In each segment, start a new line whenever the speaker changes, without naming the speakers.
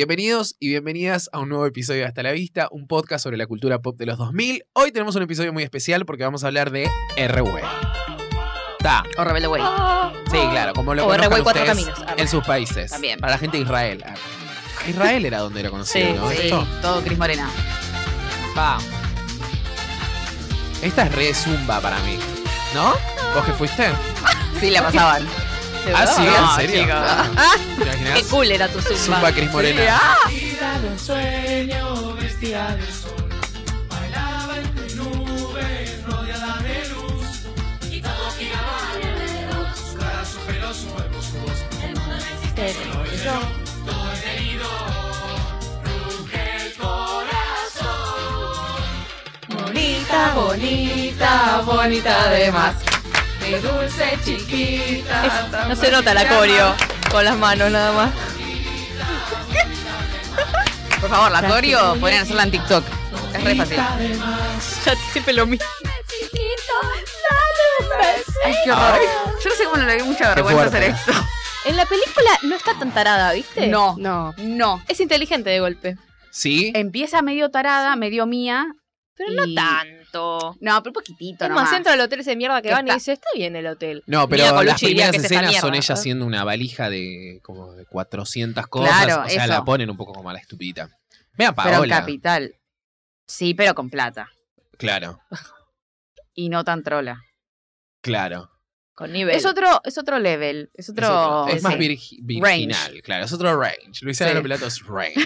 Bienvenidos y bienvenidas a un nuevo episodio de Hasta la Vista, un podcast sobre la cultura pop de los 2000. Hoy tenemos un episodio muy especial porque vamos a hablar de RW. Ta.
O Rebelde Way.
Sí, claro, como lo
O
conozcan
RW Cuatro
ustedes
Caminos. Ah,
en sus países.
También.
Para la gente de Israel. Ah. Israel era donde era conocido, ¿no?
sí,
Esto.
todo Cris Morena.
Pa. Esta es re zumba para mí. ¿No? ¿Vos que fuiste?
Sí, la pasaban.
Ah, sí,
No,
en serio.
chico.
Ah. ¿Te
Qué
imaginás?
cool era tu Zumba.
Zumba Cris Morena.
Sí, ah.
Vestida de sueño, vestida de sol, bailaba entre nubes, rodeada de luz, y todo giraba alrededor, su cara, su pelo, su cuerpo, su voz, el mundo no existe, solo yo, todo es herido, ruge el corazón. Bonita, bonita, bonita de más, de dulce chiquita,
Es-
tan
no se nota la
bonita,
coreo con las manos nada más. Por favor, la coreo podrían hacerla en TikTok. Es re fácil.
bonita de más.
Ya siempre lo mismo. Ay, qué horror. Yo no sé cómo no le di mucha vergüenza hacer
fuerte.
esto.
En la película no está tan tarada, ¿viste?
No,
No.
no.
Es inteligente de golpe.
Sí.
Empieza medio tarada, medio mía.
Pero
Y-
no tanto.
No, pero poquitito
Es
nomás.
más, entra al hotel ese mierda que
Que
van
está-
y dice, está bien el hotel.
No,
Mira,
pero
Colucci
las
diría
primeras
que es esta
escenas son
mierda,
ella
¿no?
haciendo una valija de como de 400 cosas.
Claro,
o sea,
eso.
la ponen un poco como a la estupidita. Vean
Pero en
Paola.
capital. Sí, pero con plata.
claro,
Y no tan trola.
claro.
Con nivel.
Es otro, es otro level. Es
Es,
otro.
otro- es más
sí.
virgi- virginal, claro. Es otro range. Luisana
Sí.
los Pilatos range.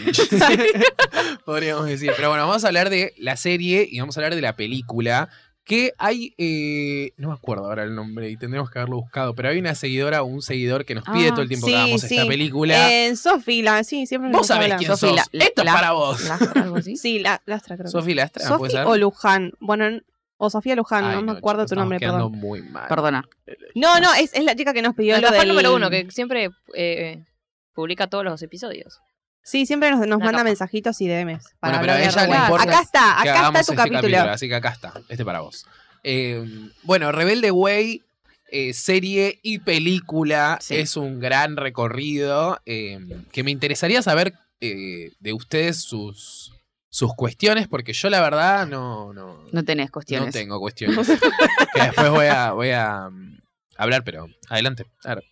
Podríamos decir. Pero bueno, vamos a hablar de la serie y vamos a hablar de la película. Que hay, eh, no me acuerdo ahora el nombre y tendremos que haberlo buscado, pero hay una seguidora o un seguidor que nos pide
Ah,
todo el tiempo
sí,
que hagamos esta
sí.
película.
Eh,
En Eh, Sofi, la, sí, siempre
Vos
nos
sabés
hablan.
quién
Sofi,
sos.
la- la-
Esto
la-
es para vos.
¿La- algo así?
Sí, la, Lastra, creo. que.
Sofi Lastra, ¿puede
Sofi
ser?
o Luján. Bueno, n- o Sofía Luján,
Ay,
no
no,
me acuerdo
chicos,
tu
estamos
nombre,
quedando
perdón.
muy mal.
Perdona.
No, no, es, es la chica que nos pidió
Nuestra
lo
fan
del...
número uno, que siempre eh, eh, publica todos los episodios.
Sí, siempre nos, nos
La
manda
capa.
mensajitos y DMs. Para
Bueno, pero
hablar de
a ella le
Rebelde.
importa
Ah, Acá
que
está, acá está
hagamos
tu
este
capítulo.
Así que acá está, este para vos. Eh, bueno, Rebelde Way, eh, serie y película,
Sí.
es un gran recorrido eh, que me interesaría saber eh, de ustedes sus, sus cuestiones, porque yo la verdad no, no,
No tenés
no
cuestiones.
tengo cuestiones. que después voy a, voy a mm, hablar, pero adelante. A ver.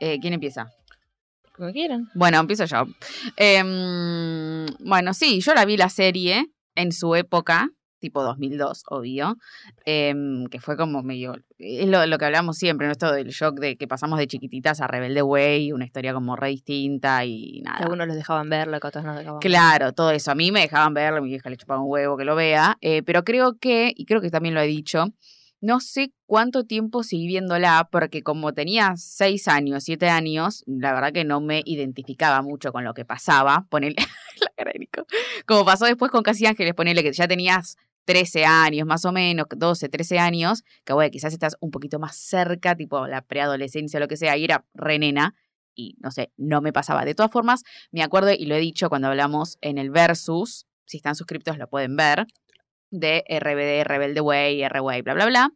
Eh, ¿Quién empieza?
Como quieran.
Bueno, empiezo yo. Em, bueno, sí, yo la vi la serie en su época, tipo 2002, obvio, em, que fue como medio, es lo, lo que hablamos siempre, ¿no? Esto del shock de que pasamos de chiquititas a Rebelde Way, una historia como re distinta y nada.
Algunos los dejaban verlo, que otros no dejaban verlo.
Claro, todo eso. A mí me dejaban verlo, mi vieja le chupaba un huevo que lo vea, eh, pero creo que, y creo que también lo he dicho, no sé cuánto tiempo seguí viéndola, porque como tenía seis años, siete años, la verdad que no me identificaba mucho con lo que pasaba. Ponele la cara de Nico. Como pasó después con Casi Ángeles, ponele que ya tenías 13 años más o menos, 12, 13 años, que bueno, quizás estás un poquito más cerca, tipo la preadolescencia o lo que sea, y era re nena, y no sé, no me pasaba. De todas formas, me acuerdo, y lo he dicho cuando hablamos en el Versus, si están suscriptos lo pueden ver, de RBD, Rebelde Way, R-Way, bla, bla, bla,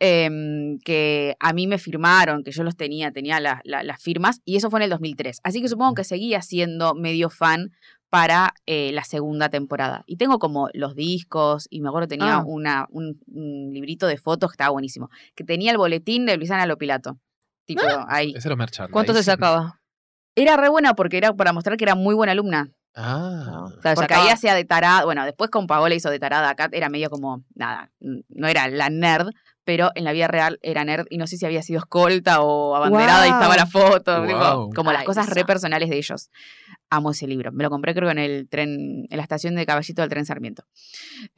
em, que a mí me firmaron, que yo los tenía, tenía la- la- las firmas, y eso fue en el 2003. Así que supongo que seguía siendo medio fan para eh, la segunda temporada. Y tengo como los discos, y me acuerdo tenía
Ah.
una, un, un librito de fotos que estaba buenísimo, que tenía el boletín de Luisana Lopilato. Tipo, ahí.
Ese era merchandising.
¿Cuánto se sacaba?
Era re buena porque era para mostrar que era muy buena alumna.
Ah.
O sea,
Porque
sacaba-
ahí hacía de tarada, bueno, después con Paola hizo de tarada, acá era medio como, nada, n- no era la nerd, pero en la vida real era nerd y no sé si había sido escolta o abanderada y estaba la foto, tipo,
Guau.
como las
Ay,
cosas re
esa.
personales de ellos. Amo ese libro, me lo compré creo en el tren, en la estación de caballito del tren Sarmiento.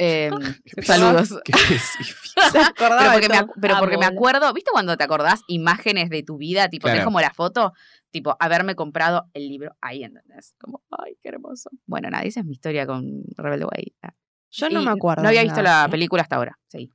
Eh, saludos.
Qué específico.
Se
Pero
acordaba de
porque, me,
todo.
acu- pero porque me
Amo.
acuerdo, ¿viste cuando te acordás imágenes de tu vida? Tipo, tenés
Claro.
como la foto, tipo, haberme comprado el libro ahí, ¿entendés? Como, ay, qué hermoso. Bueno, nada, esa es mi historia con Rebelde Way. Ah,
Yo no
y
me acuerdo.
No había
de
visto
nada. ¿eh?
la película hasta ahora. Sí.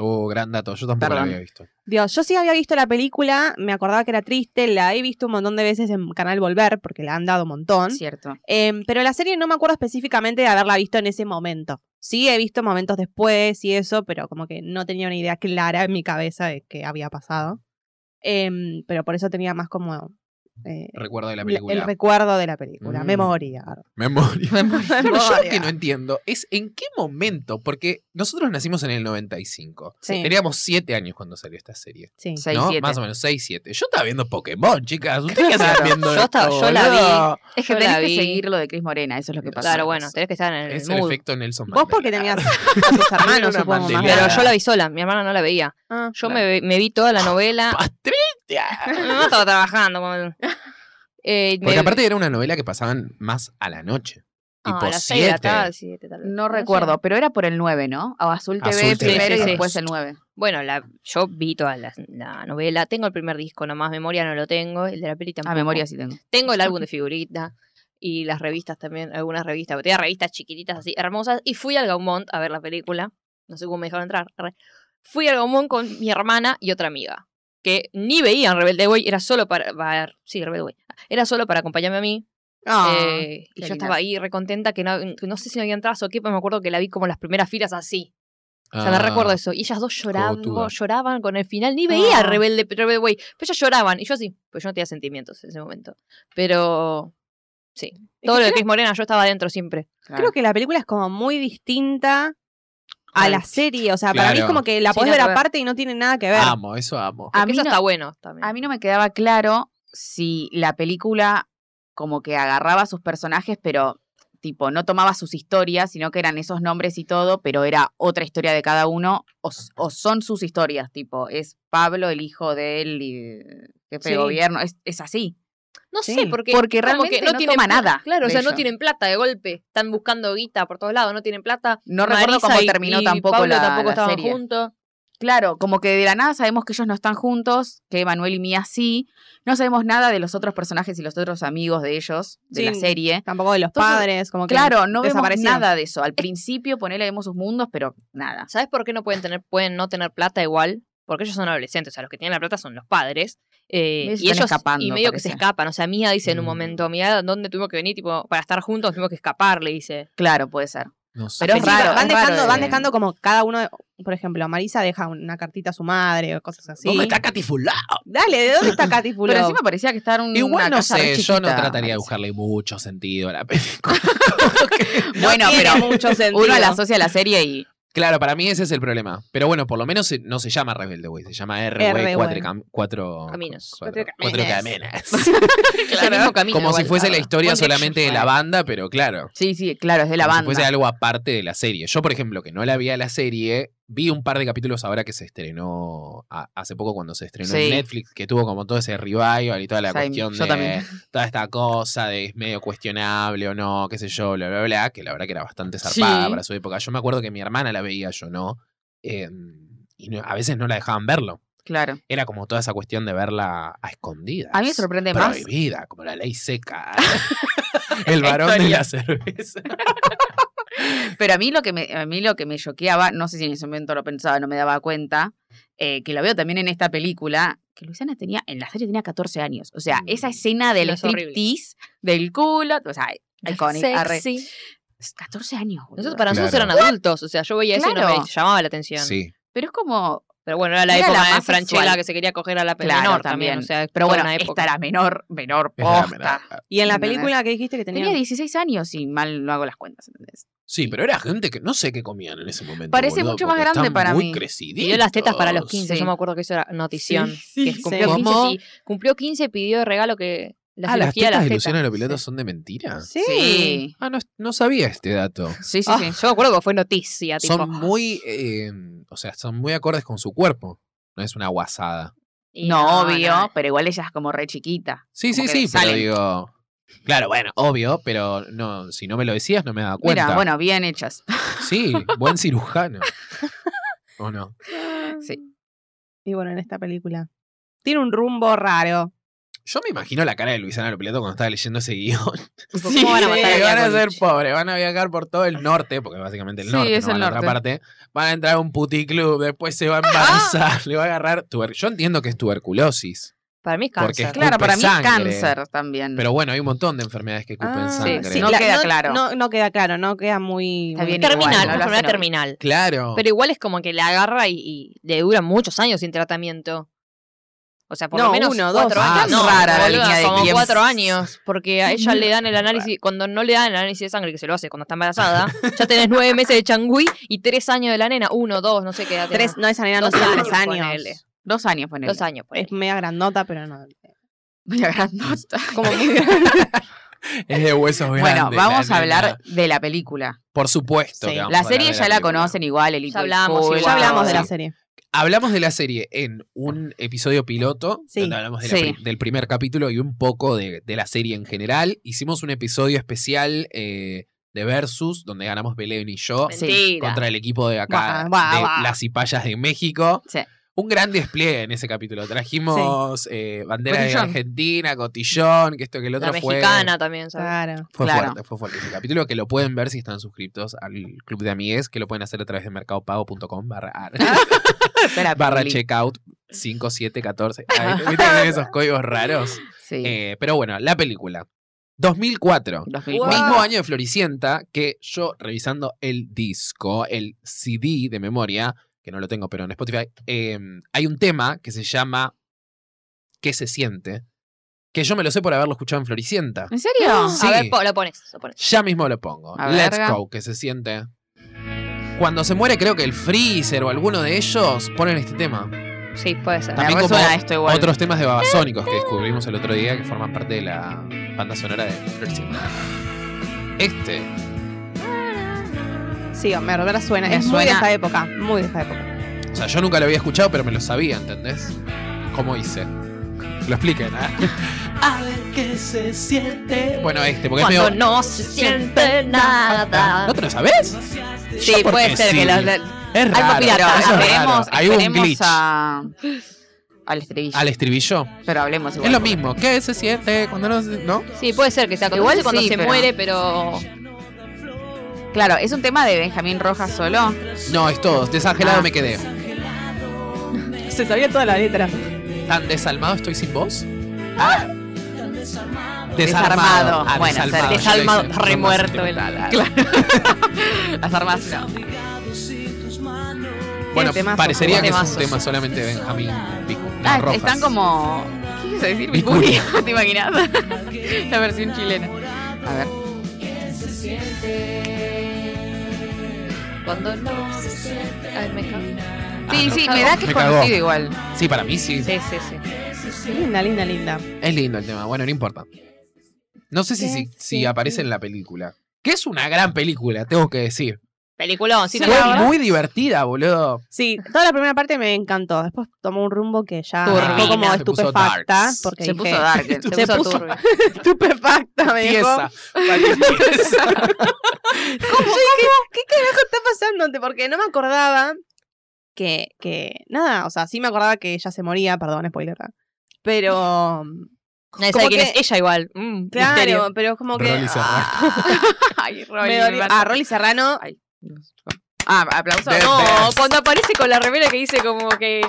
Oh, gran dato. Yo tampoco lo
Perdón.
había
Eh,
visto.
Dios, yo sí había visto la película, me acordaba que era triste, la he visto un montón de veces en Canal Volver, porque la han dado un montón.
Cierto.
Em, pero la serie no me acuerdo específicamente de haberla visto en ese momento. Sí, he visto momentos después y eso, pero como que no tenía una idea clara en mi cabeza de qué había pasado. Em, pero por eso tenía más como eh,
Recuerdo de la
la-
película.
el recuerdo de la película,
Mm.
memoria.
Memoria.
memoria.
Claro, yo lo que no entiendo es en qué momento, porque nosotros nacimos en el 95.
Sí.
Teníamos 7 años cuando salió esta serie.
Sí.
Seis,
¿no?
siete.
Más o menos 6, 7. Yo estaba viendo Pokémon, chicas. ¿Ustedes qué
Claro.
están viendo?
Yo estaba-
esto,
yo la vi.
boludo?
Es que
Yo
tenés
la
que
vi.
seguir lo de Chris Morena, eso es lo que pasa.
Claro, bueno, tenés que estar en el
Es el
mood.
efecto Nelson
Vos
Mandela.
porque tenías a tus hermanos,
Era una
supongo. más
mandelera.
grandes.
Pero yo la vi sola, mi hermana no la veía.
Ah,
Yo
Claro.
me, ve- me vi toda la novela.
¡Patricia!
Mi mamá estaba trabajando. como- Eh, me-
Porque aparte era una novela que pasaban más a la noche.
Ah,
Tipo
a las seis de
7.
la tarde, siete, tal vez.
No
sé.
recuerdo, pero era por el 9, ¿no? A Azul TV
Azul
TV,
primero
sí,
y
sí.
después el 9.
Bueno, la, yo vi toda la, la novela. Tengo el primer disco nomás, memoria no lo tengo. El de la peli tampoco.
A Ah, memoria sí tengo.
Tengo el álbum de figuritas y las revistas también, algunas revistas, porque tenía revistas chiquititas así, hermosas, y fui al Gaumont a ver la película, no sé cómo me dejaron entrar, arre. fui al Gaumont con mi hermana y otra amiga, que ni veían Rebelde Way, era solo para, para- sí, Rebelde Way, era solo para acompañarme a mí,
Ah,
eh, y
qué
yo
linda.
estaba ahí recontenta, que no, que no sé si no había entrado o qué, pero me acuerdo que la vi como en las primeras filas así, o
Ah.
Ah.
sea, me recuerdo eso, y ellas dos
cogotuda.
lloraban, lloraban con el final, ni veía
Ah.
Rebelde, Rebelde Way, pero ellas lloraban, y yo así, pues yo no tenía sentimientos en ese momento, pero... Sí,
es que
todo lo de
creo,
Cris Morena, yo estaba adentro siempre.
creo que la película es como muy distinta a
Claro.
la serie. O sea, para mí es
Claro. Ah.
como que la
Sí,
podés
nada
ver
que ver.
aparte y no tiene nada que ver.
Amo, eso amo.
A
A
mí
eso
no-
está bueno también.
A mí no me quedaba claro si la película como que agarraba a sus personajes, pero tipo no tomaba sus historias, sino que eran esos nombres y todo, pero era otra historia de cada uno, o, s- o son sus historias, tipo, es Pablo el hijo de él y jefe
Sí.
de gobierno, es, es así.
No
Sí.
sé, porque,
Porque
como
realmente
que
no
tienen
toma
pla-
nada
Claro, o
de
sea, no
ello.
tienen plata de golpe. Están buscando guita por todos lados, no tienen plata.
No recuerdo cómo
y-
terminó
y
tampoco
Pablo
la,
tampoco
la
estaban
serie.
juntos.
Claro, como que de la nada sabemos que ellos no están juntos, que Manuel y Mía sí. No sabemos nada de los otros personajes y los otros amigos de ellos, de la
Sí.
serie.
Tampoco de los
Entonces,
padres. Como que
Claro, no vemos
desaparecieron.
nada de eso. Al principio, ponele, vemos sus mundos, pero nada.
¿Sabes por qué no pueden tener, pueden no tener plata igual? Porque ellos son adolescentes, o sea, los que tienen la plata son los padres. eh,
Ellos
y
están
ellos
escapando,
y medio
parece.
que se escapan. O sea, Mía dice en un
Mm.
momento, mira, ¿dónde tuvimos que venir? Tipo, para estar juntos tuvimos que escapar, le dice.
Claro, puede ser.
No sé.
Pero es
Sí,
raro,
van,
es
dejando,
raro
van
de-
dejando como cada uno, por ejemplo, Marisa deja una cartita a su madre o cosas así.
¿Dónde está Katy Fulao?
Dale, ¿de dónde está Katy Fulop?
Pero encima parecía que estaban en una
Igual no
casa re
sé, yo no
chiquita,
trataría de
parece.
buscarle mucho sentido a la película.
Bueno,
tiene
pero
mucho sentido.
uno la asocia a la serie y
Claro, para mí ese es el problema. Pero bueno, por lo menos se- no se llama Rebelde Way, se llama
R,
R,
güey.
cuatro, cam- cuatro
Caminos.
Cuatro,
Cuatro
cuatro
caminos.
caminos.
Es el mismo camino
Como si
igual,
fuese la
claro.
historia
One Direction,
solamente de
igual.
la banda, pero claro.
sí, sí, claro, es de la
como si
banda.
fuese algo aparte de la serie. Yo, por ejemplo, que no la vi a la serie, vi un par de capítulos ahora que se estrenó a- hace poco cuando se estrenó
Sí.
en Netflix, que tuvo como todo ese revival y toda la
Sí,
cuestión
yo
de
también.
toda esta cosa de es medio cuestionable o no, qué sé yo, bla, bla, bla, que la verdad que era bastante
Sí.
zarpada para su época. Yo me acuerdo que mi hermana la veía, yo no. eh, y no- a veces no la dejaban verlo.
Claro.
Era como toda esa cuestión de verla a escondidas.
A mí me sorprende más.
Prohibida, como la ley seca. El varón de la cerveza.
Pero a mí lo que me, a mí lo que me choqueaba, no sé si en ese momento lo pensaba, no me daba cuenta, eh, que lo veo también en esta película, que Luciana tenía, en la serie tenía 14 años. O sea,
Mm.
esa escena del
No, es horrible.
striptease, del culo, o sea, iconic, arre.
Sexy.
14 años, boludo.
Nosotros para nosotros
Claro.
eran adultos, o sea, yo veía eso y
Claro.
no me llamaba la atención.
Sí.
Pero es como,
Pero bueno, era la
Era
época
la
de
más
Franchella
sexual.
que se quería coger a la
Claro,
menor también.
también.
o sea,
pero
toda
bueno,
una
esta
época.
era menor, menor
es la ah,
posta.
menor.
Y en la
¿Entendés?
película que dijiste que tenía.
Tenía 16 años, si mal no hago las cuentas, ¿entendés?
Sí, pero era gente que no sé qué comían en ese momento.
Parece
boludo,
mucho más
porque
grande
están
para
muy
mí.
creciditos.
Pidió las tetas para los 15,
Sí.
yo me acuerdo que eso era notición.
Sí,
que cumplió,
sí.
15,
¿Cómo?
sí, cumplió 15, pidió de regalo que la
Ah, las
cirugía
tetas
de las
de
tetas.
Luciana Lopilato son de mentira.
Sí.
Sí,
Ah, no, no sabía este dato.
sí, sí.
Ah,
sí.
Yo me acuerdo que fue noticia, tipo.
Son muy, eh, o sea, son muy acordes con su cuerpo. No es una guasada.
Y
no, obvio,
no,
pero igual ella es como re chiquita.
Sí,
Como
sí,
que
sí, pero
salen.
digo. Claro, bueno, obvio, pero no, si no me lo decías no me daba cuenta.
Mira, bueno, bien hechas.
Sí, buen cirujano. ¿O no?
Ah.
Sí.
Y bueno, en esta película. Tiene un rumbo raro.
Yo me imagino la cara de Luciana Lopilato cuando estaba leyendo ese guión.
¿Cómo van a matar
Sí,
a
van a
Ivanovich?
ser pobres, van a viajar por todo el norte, porque básicamente el
Sí,
norte,
es
no
el
van a otra parte. Van a entrar a un puticlub, después se va a embarazar, le va a agarrar. tuber- Yo entiendo que es tuberculosis,
Para mí es
Porque
cáncer.
Escupe
Claro, para mí es
sangre.
cáncer también.
pero bueno, hay un montón de enfermedades que escupen
Ah,
sangre.
sí.
No queda claro.
No, no queda claro, no queda muy.
Está
muy
bien
claro.
Terminal,
igual,
una
no lo
enfermedad
hacen
terminal.
Claro.
Pero igual es como que la agarra y, y le dura muchos años sin tratamiento. O sea, por
No,
lo menos
uno, dos.
cuatro
Ah,
años. No,
rara la
boluda,
línea de
como
tiempo.
cuatro años. Porque a ella le dan el análisis, cuando no le dan el análisis de sangre, que se lo hace cuando está embarazada, ya tenés nueve meses de changüí y tres años de la nena. Uno, dos, no sé qué edad.
Tres,
tenía.
no, esa nena no
Dos
tiene
años,
tres años.
ponele.
Dos años, ponele.
dos años.
Pues
ponele.
Es media grandota, pero no.
Mira, grandota.
Como muy
Es de huesos grandes.
Bueno,
la
vamos a
nena.
hablar de la película.
Por supuesto.
Sí.
que vamos a
La
hablar
serie
de
ya la
película.
conocen igual, el hito del
hablamos
fuego.
igual.
Ya hablamos de
Sí.
la serie.
Hablamos de la serie en un episodio piloto,
Sí.
donde hablamos de la
Sí.
pri- del primer capítulo y un poco de, de la serie en general. Hicimos un episodio especial eh, de Versus, donde ganamos Belén y yo
Sí.
Mentira.
contra el equipo de acá,
Buah, buah,
de
buah.
las Cipayas de México.
Sí.
Un gran despliegue en ese capítulo. Trajimos eh, bandera de
Cotillón.
Argentina, cotillón, que esto que el otro
La
fue.
mexicana también, ¿sabes?
Claro.
Fue
Claro.
fuerte, fue fuerte ese capítulo, que lo pueden ver si están suscriptos al Club de Amigues, que lo pueden hacer a través de mercadopago.com barra,
Espera,
barra
Pili.
checkout 5714. Ay, ¿viste que tienen esos códigos raros?
Sí.
Eh, pero bueno, la película. 2004.
2004.
Mismo año de Floricienta que yo revisando el disco, el CD de memoria, que no lo tengo, pero en Spotify, eh, hay un tema que se llama ¿Qué se siente? Que yo me lo sé por haberlo escuchado en Floricienta.
¿En
Ah,
serio?
Sí.
A ver, po- lo pones, lo pones.
Ya mismo lo pongo.
A ver,
Let's
Garga.
go, que se siente. Cuando se muere, creo que el Freezer o alguno de ellos ponen este tema.
Sí, puede ser.
También
Me
como
resuena esto igual.
Otros temas de babasónicos que descubrimos el otro día que forman parte de la banda sonora de Floricienta. Este.
Sí, me verdad suena.
Me
es muy
suena.
de esta época. Muy de esta época.
O sea, yo nunca lo había escuchado, pero me lo sabía, ¿entendés? ¿Cómo hice? Lo expliquen. ¿ah?
A ver qué se siente.
Bueno, este, porque es
Cuando
medio. Ah,
no se siente nada.
¿No te lo sabés?
Sí,
Yo
puede
porque
ser que
sí.
los de-
Es
Algo
raro. eso
pirata.
es raro.
esperemos,
Hay un
esperemos
glitch.
a- al estribillo.
Al estribillo.
Pero hablemos igual.
Es lo mismo. ¿Qué se siente cuando no.? se- ¿No?
Sí, puede ser que sea
Igual
igual cuando
sí,
se
pero-
muere, pero
Claro, es un tema de Benjamín Rojas solo.
No, es todo. Desangelado
Ah.
me quedé.
Se sabía toda la letra.
¿Tan desalmado estoy sin voz? Desarmado.
Desarmado. Bueno, ser
desalmado,
Ah, yo lo hice.
re
Fue más
muerto el-
sentimental.
Las armas no.
Bueno,
Temazos,
parecería que es un
temazos.
tema solamente de Benjamín Vicu- no,
Ah,
Rojas.
están como. ¿Qué quieres decir?
Vicuña.
Vicuña, ¿te imaginas? la versión chilena. A ver.
cuando no se siente. Ay, me cago.
Ah,
Sí,
no,
sí,
cagó.
me da que es
Me cagó.
conocido igual.
Sí, para mí sí.
Sí, sí, sí.
Linda, linda, linda.
Es lindo el tema. Bueno, no importa. No sé si, si,
Sí,
si
sí,
aparece
sí.
en la película. Que es una gran película, tengo que decir.
Peliculón, sí,
Sí,
no,
la
Fue
verdad.
muy divertida, boludo.
Sí, toda la primera parte me encantó. Después tomó un rumbo que ya
Turbina.
fue como
Se puso
estupefacta.
darks.
Porque
Se
dije,
puso dark.
se,
se
puso
puso-
turbio.
Estupefacta, me dejó.
Pieza. Pieza.
Yo dije, ¿Qué carajo está pasándote? Porque no me acordaba que, que. Nada, o sea, sí me acordaba que ella se moría, perdón, spoiler. ¿verdad? Pero.
Nadie
Como
sabe quién
que-
es ella igual. Mm,
Claro,
misterio.
pero es como que.
Rolly Serrano.
ah,
Ay, Rolly.
me dolió. Ah, Rolly Serrano.
Ah, aplauso.
De-
No,
Best.
cuando aparece con la remera que dice como que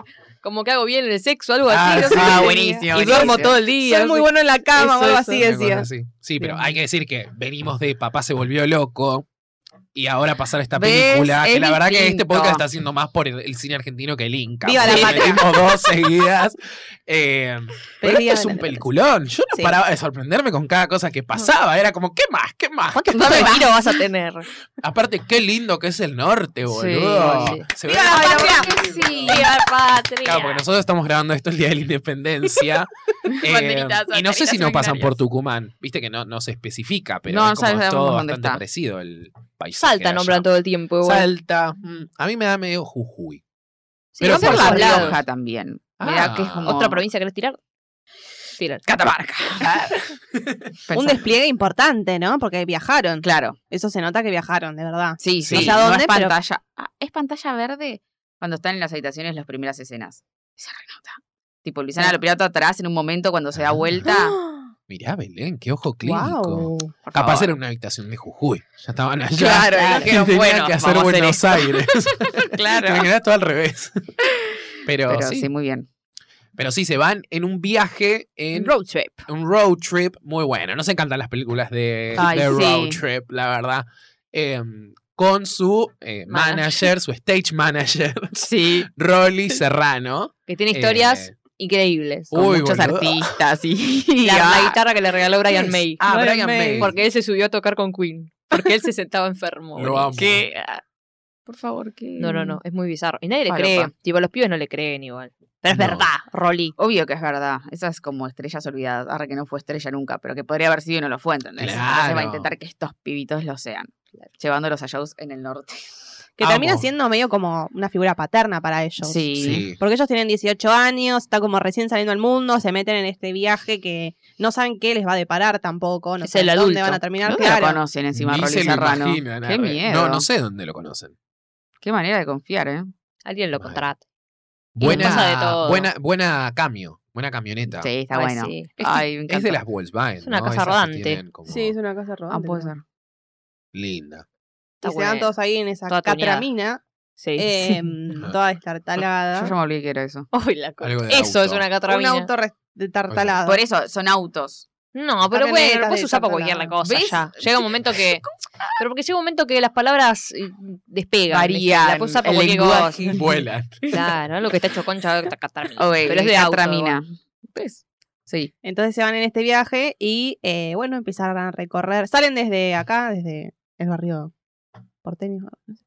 como que hago bien el sexo, algo así.
Ah,
no
sí.
sé.
Ah,
buenísimo,
Y
buenísimo.
duermo todo el día.
Soy muy bueno en la cama o algo así
Una cosa
decía.
así. Sí, pero hay que decir que venimos de Papá se volvió loco. Y ahora pasar a esta
¿Ves?
película, que
Es
la verdad que este
distinto.
podcast está haciendo más por el, el cine argentino que el Inca.
Viva la
porque
patria.
metimos dos seguidas. Eh, pero
Viva
este es
la
un
patria.
peliculón. Yo no
Sí.
paraba de sorprenderme con cada cosa que pasaba. Era como, ¿qué más? ¿Qué más? ¿Qué
No me
más?
giro vas a tener.
Aparte, qué lindo que es el norte, boludo.
sí.
Se ve
Viva la
la-
patria.
Sí.
Viva patria.
Claro, porque nosotros estamos grabando esto el día de la independencia. Eh,
Banderitas,
y no sé
banderitas
si no pasan
imaginarias.
por Tucumán. Viste que no, no se especifica, pero
No,
es
no
como
sabemos
todo
dónde
bastante
está.
parecido el país.
Salta nombran todo el tiempo. igual.
Salta. mm, A mí me da medio Jujuy.
Sí,
Pero
Pero
no sé
por
por
por
la
todos lados.
Rioja también. Me da
Ah.
que es como.
¿Otra provincia querés tirar? Tirar.
Catamarca.
Un
Pensá.
despliegue importante, ¿no? Porque viajaron.
Claro.
Eso se nota que viajaron, de verdad.
Sí, sí.
No sé
a
no
dónde,
es
pero-
pantalla. Ah, es pantalla verde cuando están en las habitaciones las primeras escenas. Esa renota. Tipo, Luisana lo pirata atrás en un momento cuando
Ah.
se da vuelta.
Mirá, Belén, qué ojo clínico.
Wow.
Por
Capaz
favor.
era una habitación de Jujuy. Ya estaban allá.
Claro,
Tenían
dijeron, bueno,
que hacer
vamos a hacer
Buenos Aires. Te
Claro.
imaginás todo al revés. Pero,
Pero
sí.
sí, muy bien.
pero sí, se van en un viaje, en
Road trip.
un road trip muy bueno. Nos encantan las películas de,
Ay,
de
sí.
road trip, la verdad. Eh, con su eh,
Manager.
manager, su stage manager,
Sí.
Rolly Serrano.
Que tiene historias
Eh,
increíbles.
Con
Uy,
muchos
boludo.
artistas y.
La, la
Ah,
guitarra que le regaló Brian
Yes.
May.
Ah,
Brian
Brian
May.
May.
Porque él se subió a tocar con Queen. Porque él se sentaba enfermo.
Lo amo.
¿Qué? Ah,
Por favor, que.
No, no, no. Es muy bizarro. Y nadie le
Falopa.
cree. Tipo, los pibes no le creen igual. Pero es
No.
verdad, Rolly.
Obvio que es verdad. Esas como estrellas olvidadas. Ahora que no fue estrella nunca, pero que podría haber sido y no lo fue, ¿entendés? Entonces va a
Claro.
intentar que estos pibitos lo sean. Llevándolos a shows en el norte.
Que termina
Amo.
siendo medio como una figura paterna para ellos.
Sí.
Porque ellos tienen 18 años, está como recién saliendo al mundo, se meten en este viaje que no saben qué les va a deparar tampoco, no
Es
saben
el
dónde
adulto.
van a terminar.
¿Dónde
Claro.
lo conocen encima
Ni
Rolly
se lo
Serrano?
imaginan,
Qué
arre.
miedo.
No, no sé dónde lo conocen.
Qué manera de confiar, ¿eh?
Alguien lo
Madre.
contrata. Y les pasa de
Buena,
todo.
buena, buena cameo, buena camioneta.
Sí, está
Ay,
bueno.
Pues sí.
Es,
Ay, me
es de
encantó.
las Volkswagen.
Es una
¿no?
casa
Esas que
rodante.
tienen como
Sí, es una casa rodante.
Ah, puede ser.
Linda.
Y
Está
se van
bueno.
todos ahí en esa
Toda tuneada.
catramina,
Sí.
em, toda destartalada.
Yo ya me olvidé que era eso.
Uy, la co-
Algo de
Eso es
auto.
una
un
catravina.
auto re- destartalado.
e-,
Por eso, son autos.
No, pero
Camionetas
bueno, lo puedes
de
usar para
tanto
cualquier la
lado.
cosa
¿Ves?
ya. Llega un momento que. Pero porque llega un momento que las palabras eh, despegan.
Varían,
¿viste? La puedes usar para
el
cualquier
lenguaje.
cosa.
Vuelan.
Claro, es lo que está hecho concha está catramina.
Ok,
pero es de auto,
catramina. ¿Ves? Sí.
Entonces se van en este viaje y, eh, bueno, empiezan a recorrer. Salen desde acá, desde el barrio porteño. no sé.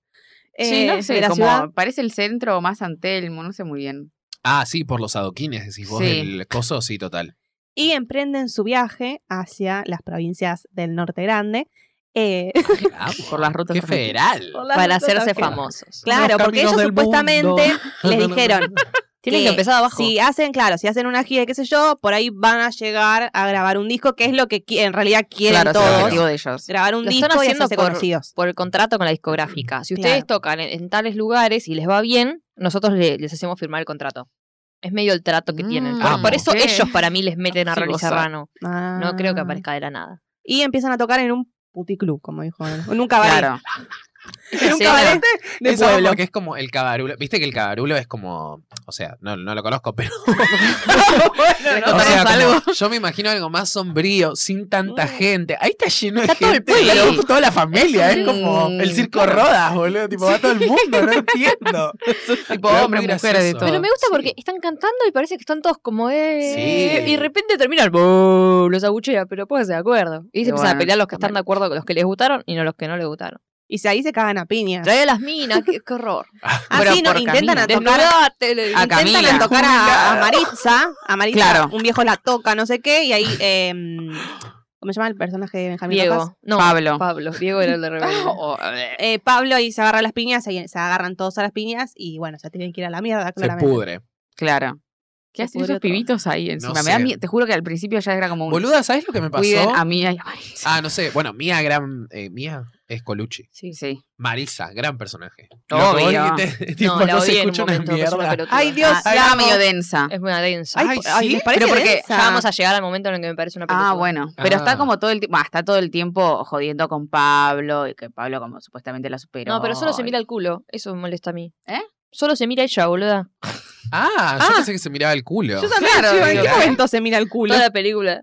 sí,
Eh,
no sé,
de la
como
ciudad.
parece el centro más Antelmo, no sé muy bien.
Ah, sí, por los adoquines, decís vos,
Sí.
el coso, sí, total.
Y emprenden su viaje hacia las provincias del norte grande. eh,
Por las rutas
Qué
argentinas.
federal.
Para hacerse
Claro.
famosos.
Claro,
Los
porque
caminos
ellos
del mundo.
supuestamente les dijeron
Tienen que
que
empezar abajo.
si hacen, claro, si hacen una gira, qué sé yo, por ahí van a llegar a grabar un disco, que es lo que qui- en realidad quieren
Claro, es el
todos.
objetivo de ellos.
Grabar un
Lo están
disco y
haciendo
hacerse
por-
conocidos.
Por el contrato con la discográfica. Si ustedes
Claro.
tocan en, en tales lugares y les va bien, nosotros le- les hacemos firmar el contrato. Es medio el trato que tienen.
Mm,
Por- Por,
amo.
eso
Ok.
ellos para mí les meten a
Sí,
Rolly
goza.
Serrano. No creo que
Ah.
aparezca de la nada.
Y empiezan a tocar en un puticlub, como dijo. él. En un cabaret.
Claro.
En un
Sí,
cabaret de
Eso
pueblo.
porque es como el cabarulo. Viste que el cabarulo es como. O sea, no, no lo conozco, pero.
Les
o
contamos
sea, como-
algo.
yo me imagino algo más sombrío, sin tanta
Mm.
gente. Ahí está lleno de
Está todo el
gente.
pueblo.
pero toda la familia, es,
un-
como el circo Rodas, boludo. Tipo, va todo el mundo, no entiendo.
Tipo
Pero es
hombres,
muy
mujeres, de
gracioso.
todo.
Pero me gusta
Sí.
porque están cantando y parece que están todos como eh.
Sí.
Y de repente termina el "Bú", los aguchea, pero pónganse de acuerdo. Y
Y
se empiezan a
bueno,
pelear los que están
también.
de acuerdo con los que les gustaron y no los que no les gustaron.
Y si ahí se cagan a piña.
Trae a las minas, qué, qué horror.
Pero
ah,
Así no,
por
intentan a
camino.
tocar,
Desnudate, le-
A
intentan
Camila.
a, tocar a, a Maritza. A Maritza,
Claro.
un viejo la toca, no sé qué, y ahí. eh, ¿Cómo se llama el personaje de Benjamín Rojas?
Diego. No,
Pablo.
Pablo. Diego era el de rebelde.
Eh, Pablo ahí se agarra las piñas, ahí se agarran todos a las piñas y bueno, se tienen que ir a la mierda,
Se
claramente.
pudre.
Claro. ¿Qué
Se
hacen
pudrió
esos
todo.
pibitos ahí encima?
No
Me da
sé.
mie- Te juro que al principio ya era como un.
Boluda, ¿sabes lo que me
cuiden a
pasó?
mí y a Maritza.
Ah, no sé. Bueno, Mía, gran. eh, Mía es Colucci.
Sí, sí.
Marisa, gran personaje.
Obvio.
Lo que vos dijiste, tipo,
no, la
se
odié en un
escucha una
momento. me pareció una
mierda.
pelotuda.
Ay, Dios.
Ah,
la
estaba
amo.
medio densa.
Es muy densa.
Ay,
Ay,
sí.
¿les parece
Pero porque
densa?
Ya vamos a llegar al momento en el que me parece una pelotuda.
Ah, bueno. Pero
Ah.
está como todo el tiempo. Está todo el tiempo jodiendo con Pablo y que Pablo, como supuestamente la superó.
No, pero solo se
y-
mira el culo. Eso me molesta a mí.
¿Eh?
Solo se mira ella, boluda.
Ah, yo
Ah.
pensé que se miraba el culo.
Yo también,
Claro,
digo, ¿en
digo,
qué
¿eh?
momento se mira el culo?
Toda la película.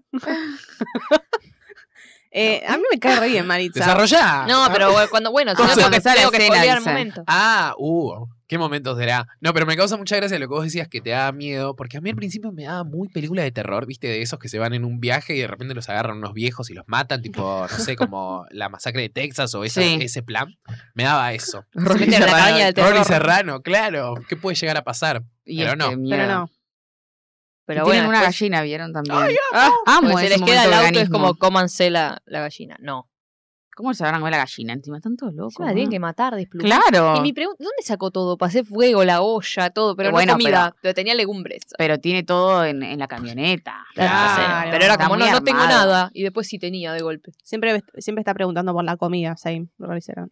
Eh, A mí me cae re bien Maritza.
Desarrollá.
No,
Ah,
pero bueno, cuando, bueno, si
Cosa
no tengo
que
que,
sale
tengo que
escena,
spoilear el
dice.
momento.
Ah, uh, qué momento será. No, pero me causa mucha gracia lo que vos decías que te da miedo, porque a mí al principio me daba muy película de terror, viste, de esos que se van en un viaje y de repente los agarran unos viejos y los matan, tipo, no sé, como la masacre de Texas o esa-
Sí.
ese plan. Me daba eso.
Se meten en la cabaña del terror.
Rolly Serrano, claro. ¿Qué puede llegar a pasar?
Y
Pero
este, es
no.
que
Pero
miedo.
no.
Pero
Y
bueno,
tienen una
después,
gallina, ¿vieron también?
ah,
amo
cuando se
ese
les queda el
momento
auto, es
veganismo.
como cómanse la, la gallina. No.
¿Cómo se van a comer la gallina? Encima están todos locos.
Encima la tienen
¿no?
que matar, desplumar.
Claro.
Y mi pregunta, ¿dónde sacó todo? Pasé fuego, la olla, todo, pero
Bueno,
no comida, pero, tenía legumbres.
Pero tiene todo en, en la camioneta.
Claro,
Claro.
sí. Pero era
Está
como, no,
muy
no tengo
armado.
nada. Y después sí tenía de golpe.
Siempre, siempre está preguntando por la comida, Same, lo que hicieron.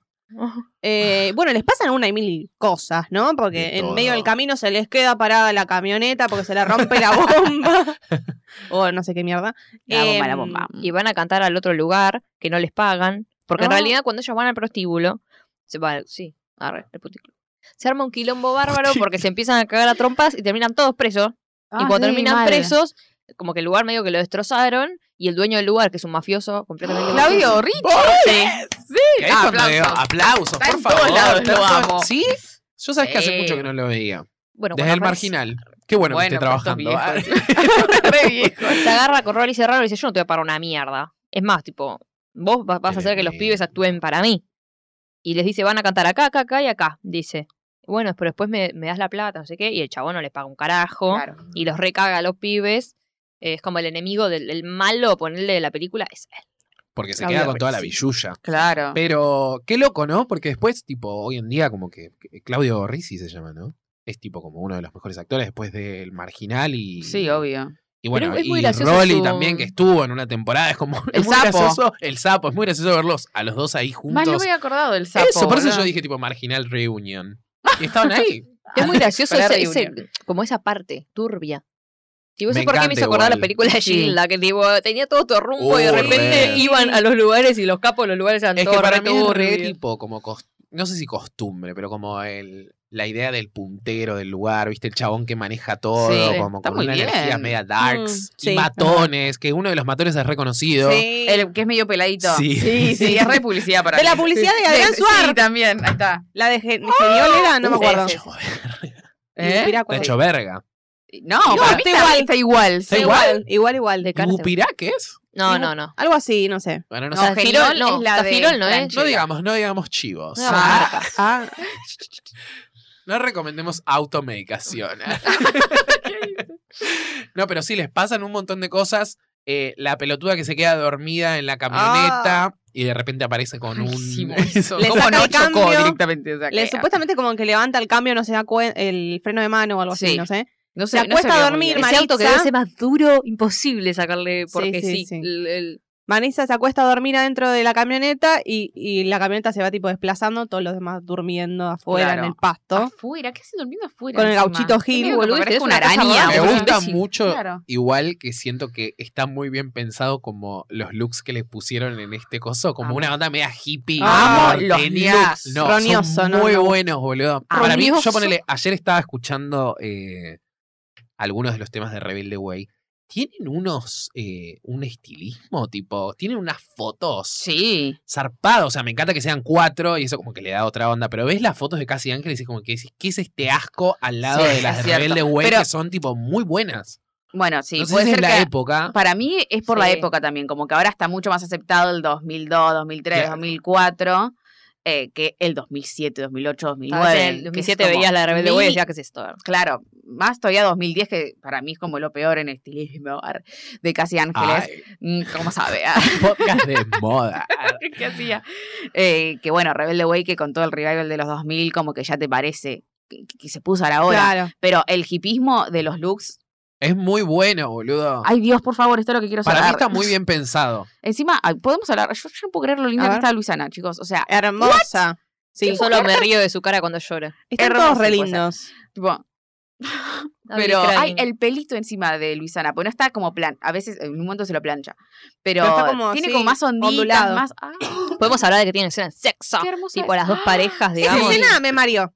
Eh, bueno, les pasan una y mil cosas, ¿no? Porque
De
en
todo.
medio del camino se les queda parada la camioneta porque se le rompe la bomba. o no sé qué mierda.
La bomba, la
Em,
bomba.
Y van a cantar al otro lugar que no les pagan. Porque en
No.
realidad cuando ellos van al prostíbulo, se va, sí, arre, el puticlub. Se arma un quilombo bárbaro porque se empiezan a cagar a trompas y terminan todos presos.
Ah,
y cuando terminan presos, como que el lugar medio que lo destrozaron y el dueño del lugar, que es un mafioso completamente.
Claudio
¿eh?
Richie.
Y ahí es cuando digo,
aplausos.
aplausos,
Está
por
en
favor.
todos lados,
Está
lo
en todo-
amo.
¿Sí? Yo sabes que hace
Sí.
mucho que no lo veía.
Bueno,
Desde el
cuando aparece-
marginal. Qué bueno, que esté
pero estos
trabajando. ah,
viejos.
Re viejo.
Se agarra con Rolly Serrano y dice, yo no te voy a pagar una mierda. Es más, tipo, vos va- vas a hacer que los pibes actúen para mí. Y les dice, van a cantar acá, acá, acá y acá, dice. Bueno, pero después me, me das la plata, no sé qué, y el chabón no les paga un carajo.
Claro.
Y los recaga a los pibes. Es como el enemigo del el malo, ponerle de la película, es él.
porque se
Claudia
queda con toda la
Rossi.
billulla.
Claro.
Pero qué loco, ¿no? Porque después, tipo, hoy en día, como que que Claudio Rizzi se llama, ¿no? Es tipo como uno de los mejores actores después del Marginal y.
Sí, obvio.
Y bueno,
Pero es
y
muy gracioso
Rolly
su-
también, que estuvo en una temporada, es como.
El
es muy
sapo.
gracioso. El sapo, es muy gracioso verlos a los dos ahí juntos.
Más no me había acordado del sapo.
eso, por eso
boludo.
yo dije, tipo, Marginal Reunion. Y estaban ahí.
Es muy gracioso
Para
ese- ese-
reunir.
como esa parte turbia. Tipo,
Me
eso por qué me
encanta
hizo acordar la
igual.
película de
Sí.
Gilda, que tipo, tenía todo tu rumbo y de
Uh,
repente
re.
iban a los lugares y los capos de los lugares eran
Es que
todos
para
re
mí es re
turbios.
tipo como cos- no sé si costumbre, pero como el la idea del puntero del lugar, ¿viste? El chabón que maneja todo,
Sí,
como
está
con
muy
una energía
bien.
media darks,
Mm, sí,
y matones, que uno de los matones es reconocido.
Sí.
El que es medio peladito.
Sí.
sí, sí, es re publicidad para
De
mí.
la publicidad de
Sí.
Adrián
Sí,
Suárez.
también. Ahí está.
La de Gen- Geniol era, no me
Uh,
acuerdo.
Nacho Ver-
¿Eh?
Upiraca.
Nacho Verga.
No, para mí
está
está
igual.
está igual.
Está
sí.
igual.
Igual, igual.
De cara se-
¿Upirá qué es?
No,
Dibu-
no, no.
Algo así, no sé.
Bueno, no,
No,
sé.
sea,
Girol
Girol no,
es la de
Tafirol no, ¿eh?
Franchella.
No digamos, no digamos chivos.
No.
Ah,
Ah,
No recomendemos automedicación. ¿eh? no, pero sí, les pasan un montón de cosas. Eh, la pelotuda que se queda dormida en la camioneta y de repente aparece con
Buenísimo
un...
eso.
Le
Como
saca
no
el
chocó
cambio,
directamente. o sea,
le-
que-
supuestamente como que levanta el cambio, no se da cuenta, el freno de mano o algo
Sí.
así, no sé.
no
se acuesta
vio
a
muy
dormir,
bien.
María.
Ese auto que debe
Maritza.
ser más duro, imposible sacarle porque
sí,
sí.
sí.
el- el-
Vanessa se acuesta a dormir adentro de la camioneta y, y la camioneta se va tipo desplazando, todos los demás durmiendo afuera
Claro.
en el pasto.
Afuera, ¿qué hace durmiendo afuera?
Con el
encima?
gauchito Gil,
Medio que
boludo,
parece
tenés
una
una casa
araña.
Ah,
Me
vos sos
gusta
imbécil.
mucho,
Claro.
igual que siento que está muy bien pensado como los looks que le pusieron en este coso, como
Amo.
una onda media hippie.
Amo
los
norteña.
looks.
No,
Roñoso,
son
no,
muy
no.
buenos, boludo.
Ah,
Para mí, yo
Roñoso.
ponele, ayer estaba escuchando eh, algunos de los temas de Rebelde Way. Tienen unos, eh, un estilismo, tipo, tienen unas fotos
Sí.
zarpadas, o sea, me encanta que sean cuatro y eso como que le da otra onda, pero ves las fotos de Casi Ángeles y como que decís, ¿qué es este asco al lado
Sí,
de las de
es cierto.
Rebelde Way
Pero-
que son tipo muy buenas?
Bueno, sí.
no sé
puede
si es
ser
la
que
época.
Para mí es por la
Sí.
época también, como que ahora está mucho más aceptado el 2002, 2003,
Claro.
2004, eh, que el 2007, 2008,
a veces
2009.
en el
que es
2007
como
veías la rebelde
mi-
güey y decías que es esto.
Claro, más todavía 2010, que para mí es como lo peor en estilismo ar- de Casi Ángeles.
Ay,
Mm, ¿Cómo sabe?
podcast de moda.
¿Qué hacía? Eh, que bueno, Rebelde Way, que con todo el revival de los 2000, como que ya te parece que, que se puso a la hora.
Claro.
Pero el hipismo de los looks,
Es muy bueno, boludo.
ay Dios, por favor, esto es lo que quiero saber.
Para mí está muy bien pensado.
Encima, ay, podemos hablar. Yo, yo no puedo creer lo linda
A
que
ver.
está Luisana, chicos. O sea,
Hermosa.
Yo
Sí, pues,
solo me río de su cara cuando llora.
están
hermosa
todos re
puede ser.
lindos.
tipo. Pero hay el pelito encima de Luisana, pues no está como plan. A veces en un momento se lo plancha. Pero,
Pero está como
tiene
así,
como más onditas,
ondulado.
más. ¡Ah,
Podemos hablar de que tiene escena de sexo.
qué hermosa!
Tipo
es!
las dos parejas,
Esa
digamos.
escena me mareó.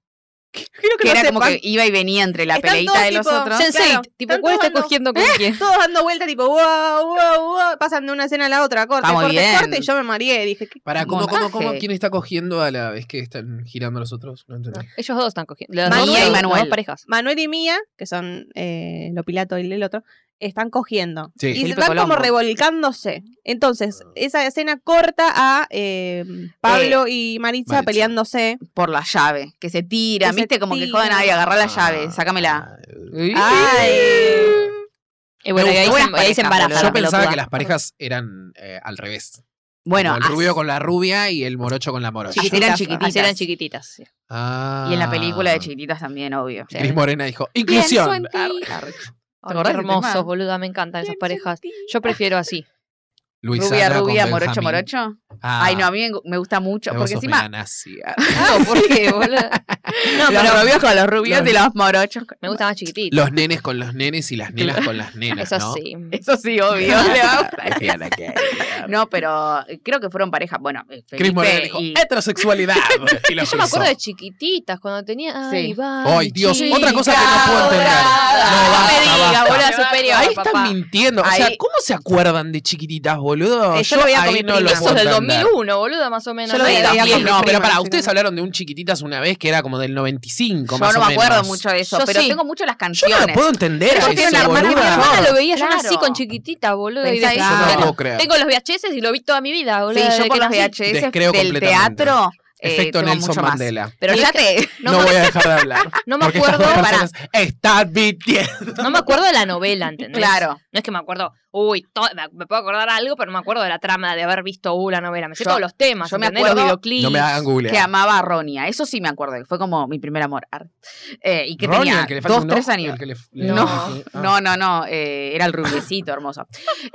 Quiero que,
Que
lo
era como
sepan.
que iba y venía entre la
Están
peleita
todos
de los
tipo-
otros.
Sensei,
Claro,
tipo,
están
¿cuál está
tomando-
cogiendo con quién?
todos dando vuelta tipo wow, wow, wow, pasan de una escena a la otra, corte,
Está muy
corte,
bien.
corte, y yo me mareé, dije, ¿qué?
Para, ¿cómo,
Montaje.
cómo, cómo? ¿Quién está cogiendo a la vez que están girando los otros? No entendí.
Ellos dos están cogiendo. Las
Manuel
dos,
y
las
Manuel.
dos parejas.
Manuel y Mía, que son eh, lo pilato y el otro, están cogiendo.
Sí.
Y se
Felipe
están
Colombo.
como revolcándose. Entonces, esa escena corta a eh, Pablo y Maritza,
Maritza.
peleándose.
Por la llave, que se tira,
Que se
¿viste? Como que
tira.
joden ahí, agarrar la llave,
Ah,
sácamela.
Ay.
Y bueno,
Me
y ahí,
gustó.
se, ahí
Buenas
se
parejas,
embaraza
boludo.
Yo pensaba
la pelotuda.
que las parejas eran eh, al revés.
Bueno,
Como el rubio
así-
con la rubia y el morocho con la morocha.
Chiquititas, eran
Así
chiquititas.
eran chiquititas. sí.
Ah.
Y en la película de chiquititas también, obvio.
Cris Morena dijo, inclusión.
Pienso en ti.
Ar- ar-
Ay,
acordás
qué
de ese tema?
hermosos, boluda. Me encantan esas parejas. Yo prefiero así.
Luisana
Rubia,
con
rubia, morocho,
Benjamín.
morocho.
Ah,
Ay, no, a mí me- me gusta mucho.
vos
Porque
sos
encima.
media nazi. Ah.
No, ¿por qué, boluda?
No,
Los
pero rubios con los rubios y los morochos. con-
Me gustan más chiquititas.
Los nenes con los nenes y las nenas con las nenas,
Eso
¿no?
sí.
Eso sí, obvio. le va a gustar.
Lesbiana gay.
No, pero eh, creo que fueron pareja. Bueno, eh,
Cris Morena
Felipe
dijo,
y...
heterosexualidad. Y lo
Yo me acuerdo
cruzó.
de chiquititas cuando tenía. Ay,
Sí.
va,
Ay, Dios,
chica,
otra cosa que no puedo entender.
dorada.
No,
me
basta,
diga,
basta.
boluda superior.
Ahí están
papá.
mintiendo. O sea,
Ahí-
¿cómo se acuerdan de chiquititas, boludo, yo,
Eh, yo lo veía con
ahí
mi
no lo
prima.
puedo
Eso es del
entender.
2001, boluda, más o menos.
Yo lo
Sí,
veía
Era-
con
también,
mi
no, pero
prima,
para
yo
ustedes
no.
hablaron de un chiquititas una vez que era como del 95, más
Yo
o
no me acuerdo
menos.
mucho de eso,
Yo
pero
sí.
tengo mucho las
Yo
canciones.
no lo puedo entender
Pero
a
yo tengo
ese,
una hermana,
Mi
boluda.
hermana lo veía, yo
Claro.
nací con chiquitita, boludo. y
Pensá
de-
que-
Yo no lo puedo creer.
Tengo los VHS y lo vi toda mi vida, boludo.
Sí, yo
desde
por
que
los
nací.
VHS
Descreo
del
completamente.
teatro eh,
Efecto
tengo
Nelson
mucho más.
Mandela.
Pero
Pero
ya
es
te...
No,
No, me-
voy a dejar de hablar.
no me
porque estas
acuerdo,
dos
pará.
personas están mintiendo.
no me acuerdo de la novela, ¿entendés?
Claro.
No es que me acuerdo, uy, to- me- me puedo acordar algo, pero no me acuerdo de la trama de haber visto una novela. Me sé
Yo-
todos los temas,
yo me
¿entendés?
acuerdo-
los videoclips.
No me hagan
que
googlear.
amaba a Ronia. Eso sí me acuerdo, que fue como mi primer amor. Ar- Eh, y que
Ronnie,
tenía
el que le falta
dos,
un
tres
ojo,
años.
el que le- le-
No.
Ah.
No, no, no, eh, era el rubiecito hermoso.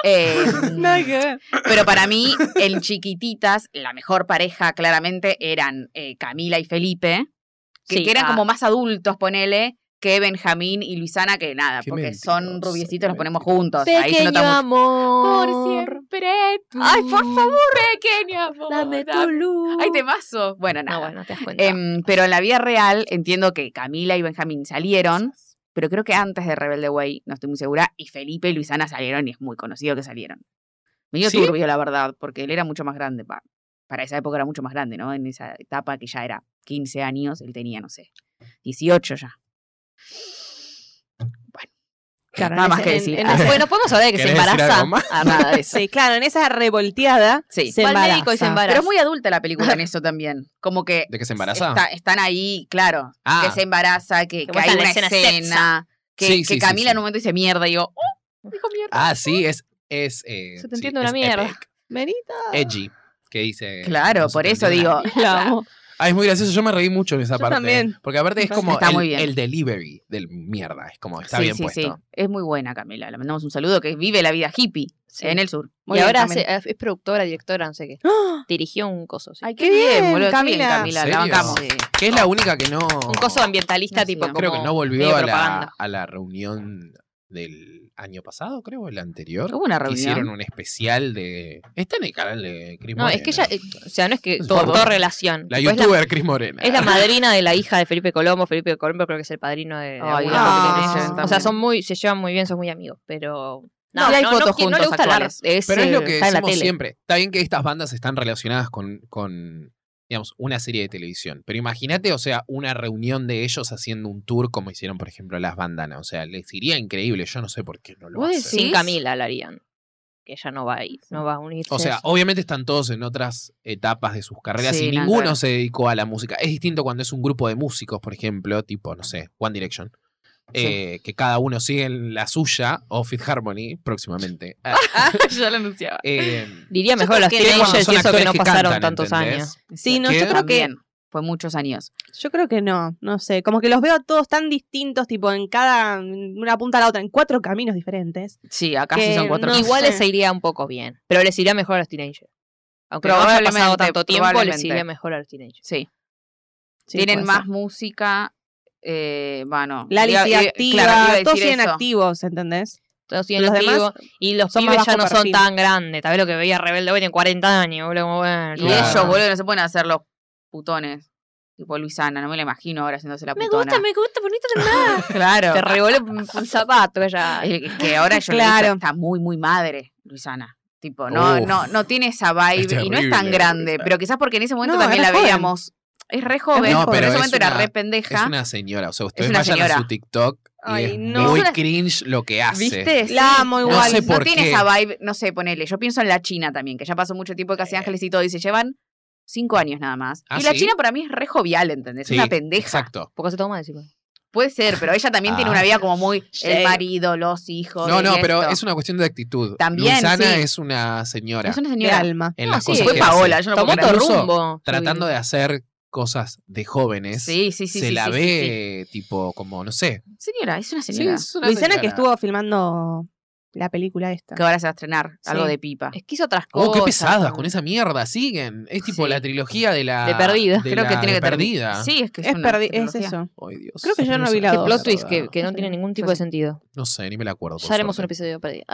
Eh,
Nada que ver.
pero para mí, en chiquititas, la mejor pareja claramente eran eh, Camila y Felipe, que,
Sí,
que eran
ah,
como más adultos, ponele, que Benjamín y Luisana, que nada,
Qué
porque son
mentiroso,
rubiecitos, los ponemos
mentiroso.
juntos. Ahí se
Pequeño
nota mucho.
amor.
siempre. Ay, por favor, pequeño amor.
Dame tu luz.
Ay, te mazo. Bueno, nada.
No, bueno, te das cuenta.
Em, pero en la vida real entiendo que Camila y Benjamín salieron, pero creo que antes de Rebelde Way, no estoy muy segura, y Felipe y Luisana salieron y es muy conocido que salieron. Medio
¿Sí?
turbio, la verdad, porque él era mucho más grande. pa- para esa época era mucho más grande, ¿no? En esa etapa que ya era 15 años, él tenía, no sé, 18 ya. Bueno,
Claro,
nada
en
más
ese-
que
en-
decir.
en
Ah,
ese-
bueno, podemos hablar de que se
¿Querés decir
embaraza.
algo más?
ah, nada de eso.
Sí, claro, en esa revolteada
Sí.
se
Va al
embaraza.
médico y se embaraza.
Pero es muy adulta la película en eso también. Como que
¿De que se embaraza?
está- están ahí, claro,
Ah.
que se embaraza, que, que
muestra
hay
la
una
escena
escena,
sexy.
que,
Sí,
que
sí, sí,
Camila
sí.
en un momento dice mierda y yo, oh, dijo mierda.
Ah, sí, es. es eh,
Se te
sí,
entiende una
es
mierda.
epic,
Merita.
edgy. Que dice.
claro,
no se
por
te
eso
entiende
digo,
una-
La amo.
Ah, es muy gracioso. Yo me reí mucho en esa
Yo
parte.
también.
Porque aparte es como
Está
el,
muy bien.
el delivery del mierda. Es como, está
sí,
bien
sí,
puesto.
sí, es muy buena Camila, le mandamos un saludo que vive la vida hippie
Sí.
en el sur.
Muy
y
bien,
ahora
Carmen.
hace- es productora, directora, no sé qué.
¡Ah!
Dirigió un coso, sí.
Ay,
qué bien,
qué bien,
Camila.
Camila,
¿En
la
serio?
bancamos.
Que es la única que no.
Un coso ambientalista
No sé,
tipo
no.
como
Creo que no volvió
medio
a la,
propaganda.
a la reunión del año pasado, creo, o el anterior.
Hubo una
que
reunión.
Hicieron un especial de. Está en el canal de Cris
No,
Morena.
es que ella, eh, o sea, no es que
Todo.
cortó relación.
La
Tipo, es
youtuber Cris Morena.
Es la madrina de la hija de Felipe Colombo. Felipe Colombo creo que es el padrino de, de
Ay,
alguna
ah,
porque tiene-
se llevan
O sea,
también.
son muy, se llevan muy bien, son muy amigos, pero...
No, y hay fotos
que-
juntos
le gusta hablar,
actuales.
es,
Pero es
eh,
lo que
está en la
decimos
tele.
siempre. Está bien que estas bandas están relacionadas con, con, digamos, una serie de televisión. Pero imagínate, o sea, una reunión de ellos haciendo un tour como hicieron, por ejemplo, las bandanas. O sea, les iría increíble. Yo no sé por qué no lo
¿Vos
hacen.
decís?
Sin Camila la harían. Que ella no va a ir, no va a unirse.
O sea, obviamente están todos en otras etapas de sus carreras y
Sí, nada que
ninguno
ver.
se dedicó a la música. Es distinto cuando es un grupo de músicos, por ejemplo, tipo, no sé, One Direction. eh, que cada uno sigue en la suya o Fit Harmony próximamente. Ah,
yo lo anunciaba.
eh,
Diría
Yo
mejor
creo
los
que
cuando
Teenagers
son
y eso que
actores
no pasaron
cantan,
tantos
¿entendés?
años.
Sí, no,
¿Qué?
yo creo que
También, fue muchos años.
Yo creo que no, no sé. Como que los veo a todos tan distintos, tipo en cada, en una punta a la otra, en cuatro caminos diferentes.
Sí, acá sí
Que
son cuatro.
no
Igual
sé.
les iría un poco bien, pero les iría mejor a los Teenagers. Aunque no haya
Probablemente,
pasado tanto tiempo, les
probablemente.
iría mejor a los Teenagers.
Sí.
Sí,
tienen
puede
más
ser.
música. Eh, bueno,
Lali
iba-
sigue
iba-
activa,
claro, iba a
todos
decir
siguen
eso.
activos, ¿entendés?
Todos siguen
Los
activos.
demás,
Y los
Son más
pibes ya
bajo
no son
perfil.
tan grandes. Tal vez lo que veía Rebelde hoy en 40 años, boludo. Como, bueno,
Y
Claro.
ellos, boludo, no se pueden hacer los putones. Tipo Luisana, no me la imagino ahora haciéndose la putona.
me gusta, bonito de nada.
Claro.
Te revolé un un zapato ella.
Eh, que- que ahora yo
Claro.
claro. está muy, muy madre, Luisana. Tipo, no,
Uf. Este
no, no tiene esa vibe
Es
y no es tan
terrible,
grande.
Luisana.
pero quizás porque en ese momento
No,
también
era
la
joven.
veíamos. Es re joven,
No,
pero
pero
en ese
es
momento era
una-
re
Es
pendeja.
una señora, o sea, ustedes
una
vayan a
señora.
su TikTok y
Ay,
es
no.
muy
Es una-
cringe lo que hace.
¿Viste?
La amo
No
igual.
sé
no
por
tiene
qué.
esa vibe, no sé, ponele. Yo pienso en la China también, que ya pasó mucho tiempo que casi ángeles y todo, y se llevan cinco años nada más.
Eh. ¿Ah,
y la
sí?
China para mí es re jovial, ¿entendés?
Sí,
es una pendeja.
Exacto.
Poco se toma encima.
Puede ser, pero ella también tiene
Ah.
una vida como muy
Sí.
el marido, los hijos.
No,
y
no, pero
esto.
es una cuestión de actitud.
También,
Luisana
sí.
es una señora
Es una
de
señora.
alma.
en
No,
las
sí,
cosas
Fue
que
Paola,
hace.
yo no
Tomó
puedo creer.
otro
Incluso
rumbo.
Tratando de hacer cosas de jóvenes.
Sí, sí, sí.
se
sí,
la
sí, sí,
ve tipo como, no sé.
sí. Señora, es una
Sí,
señora.
es una
Luisana
señora.
que estuvo filmando la película esta.
Que ahora se va a estrenar algo
Sí.
de pipa.
Es que hizo otras cosas.
Oh, qué pesadas
¿no?
con esa mierda, siguen. Es tipo
Sí.
la trilogía de la.
De Perdida.
de
Creo que
la-
tiene
de
que termi-
Perdida.
Sí, es que es,
Es,
una
perdi- es
trilogía.
eso.
Ay, Dios.
Creo que yo no vi
sé
la
qué
dos.
Plot
mierda.
twist que, que no
Sí.
tiene ningún tipo de sentido.
No sé, ni me la acuerdo. por
Ya haremos un
suerte.
episodio perdido.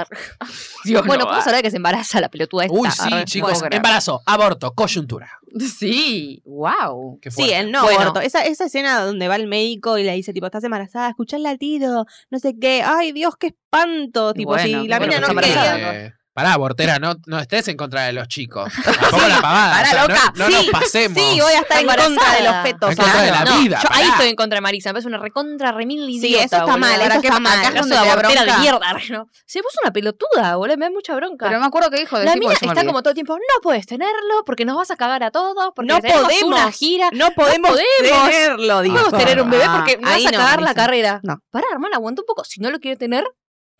Dios,
bueno,
no
vamos
va.
a hablar de que se embaraza la pelotuda esta.
ah. Uy, sí,
Arre.
chicos.
Bueno,
Embarazo, aborto, coyuntura.
Sí, wow.
Qué
Sí,
fuerte.
el no
Bueno.
aborto. Esa, esa escena donde va el médico y le dice, tipo, estás embarazada, escuchá el latido, no sé qué. Ay, Dios, qué espanto. Tipo,
Bueno,
si
bueno,
la mina
pero está
no quería...
embarazada.
Pará, Bortera, no, no estés en contra de los chicos. Tampoco la pavada.
Pará,
o sea,
loca.
No, no nos pasemos.
Sí, voy a estar en
Embarazada.
contra de los fetos.
En contra de la
no,
vida,
yo ahí
pará.
estoy en contra de Marisa, me parece una recontra remil idiota.
Sí, eso está
boluda.
mal,
Ahora
eso
que
está
me-
mal.
acaso
Acá es
de
donde la
abortera de
bronca.
mierda, ¿no? Se puso una pelotuda, boludo, me da mucha bronca.
Pero no me acuerdo qué dijo.
la
decí
mina
porque se me
está
olvidó.
como todo el tiempo, no puedes tenerlo porque nos vas a cagar a todos, porque
No
tenemos
podemos.
una gira.
No podemos,
podemos.
tenerlo,
No
digo.
No podemos tener un bebé
Ah,
porque me vas
ahí
a
no,
cagar la
Marisa.
carrera.
No.
Pará, hermana, aguanta un poco. Si no lo quiere tener,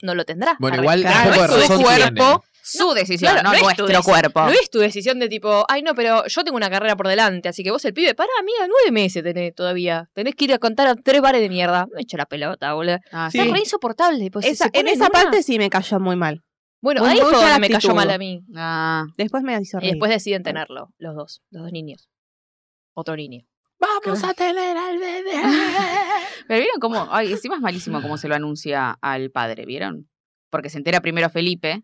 no lo tendrá.
Bueno,
Arre.
igual
Claro,
un poco
es
de
su
razón
cuerpo.
tienen.
Su decisión,
claro,
no,
no es tu
nuestro
decisión.
cuerpo.
No es tu decisión de tipo, ay no, pero yo tengo una carrera por delante, así que vos el pibe, pará, amiga, nueve meses tenés todavía. Tenés que ir a contar a tres bares de mierda. Me echo la pelota, boludo.
Ah,
Sí.
Es re insoportable. pues, si
Esa-
se
en
ponen
esa
una-
parte sí me cayó muy mal.
Bueno,
muy-
ahí fue
mucha
donde me cayó
actitud.
mal a mí.
Ah.
Después me hizo
Y
reír.
después deciden tenerlo, los dos, los dos niños. Otro niño. Ah.
Vamos a tener al bebé.
Pero vieron cómo, ay, encima es malísimo cómo se lo anuncia al padre, ¿vieron? Porque se entera primero Felipe,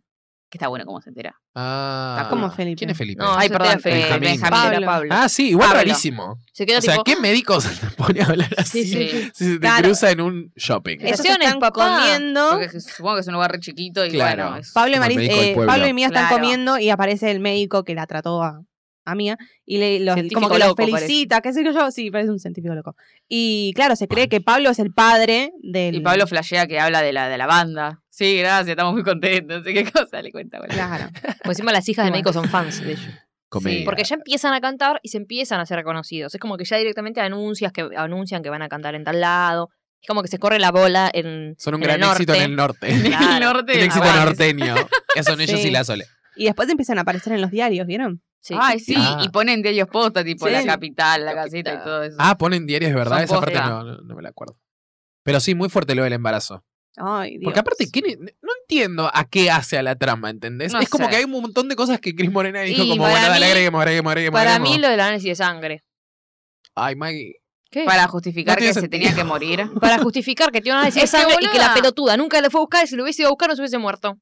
que está bueno cómo se entera.
Ah,
Está como
Felipe.
¿Quién es Felipe?
No,
Ay,
se entera
perdón, eh,
Felipe.
Benjamín.
Benjamín era
Pablo.
Pablo.
Ah, sí, igual
Pablo.
rarísimo.
Se queda
O sea,
tipo,
¿qué médico se te pone a hablar así
sí, sí.
si se te
Claro.
cruza en un shopping?
Ellos
Presiones,
están
papá.
comiendo.
Porque supongo que es un lugar re chiquito y
Claro.
bueno. es-
Pablo y,
Como el
Maris-
médico del
eh,
pueblo.
Pablo y Mía están
Claro.
comiendo y aparece el médico que la trató a, a Mía y le, los-
Científico
como que los
loco, parece.
felicita, qué sé yo. Sí, parece un científico loco. Y claro, se cree que Pablo es el padre del...
Y Pablo flashea que habla de la, de la banda. Sí, gracias, estamos muy contentos. No sé qué cosa le cuenta. boludo.
Claro.
Pues encima las hijas de
Bueno.
médicos son fans de ellos.
Comedia.
Porque ya empiezan a cantar y se empiezan a ser reconocidos. Es como que ya directamente anuncias que anuncian que van a cantar en tal lado. Es como que se corre la bola en.
Son un
en
gran
el
éxito en el norte.
Claro.
El norte
Un
de
éxito
Juárez.
norteño. Que son ellos
Sí.
y la Sole.
Y después empiezan a aparecer en los diarios, ¿vieron?
Sí.
Ay, sí,
Ah.
y ponen de ellos posta, tipo
Sí.
la capital, la
Capital.
casita y todo eso.
Ah, ponen diarios de verdad.
Son
Esa parte
posta.
no, no- no me la acuerdo. Pero sí, muy fuerte lo del embarazo.
Ay, Dios.
Porque aparte, ¿quién es? no entiendo a qué hace a la trama, ¿entendés?
No
es como
sé.
que hay un montón de cosas que Cris Morena dijo,
Y
como,
para
bueno, dale,
mí-
agreguemos, agreguemos, agreguemos.
Para
agreguemos.
mí lo del análisis de sangre.
Ay, Maggie.
¿Qué? Para,
Para justificar
No
que
tiene
se
sentido.
tenía que morir.
justificar que tiene un análisis de
Es que,
sangre y que
boluda.
la pelotuda nunca le fue a buscar y si lo hubiese ido a buscar no se hubiese muerto.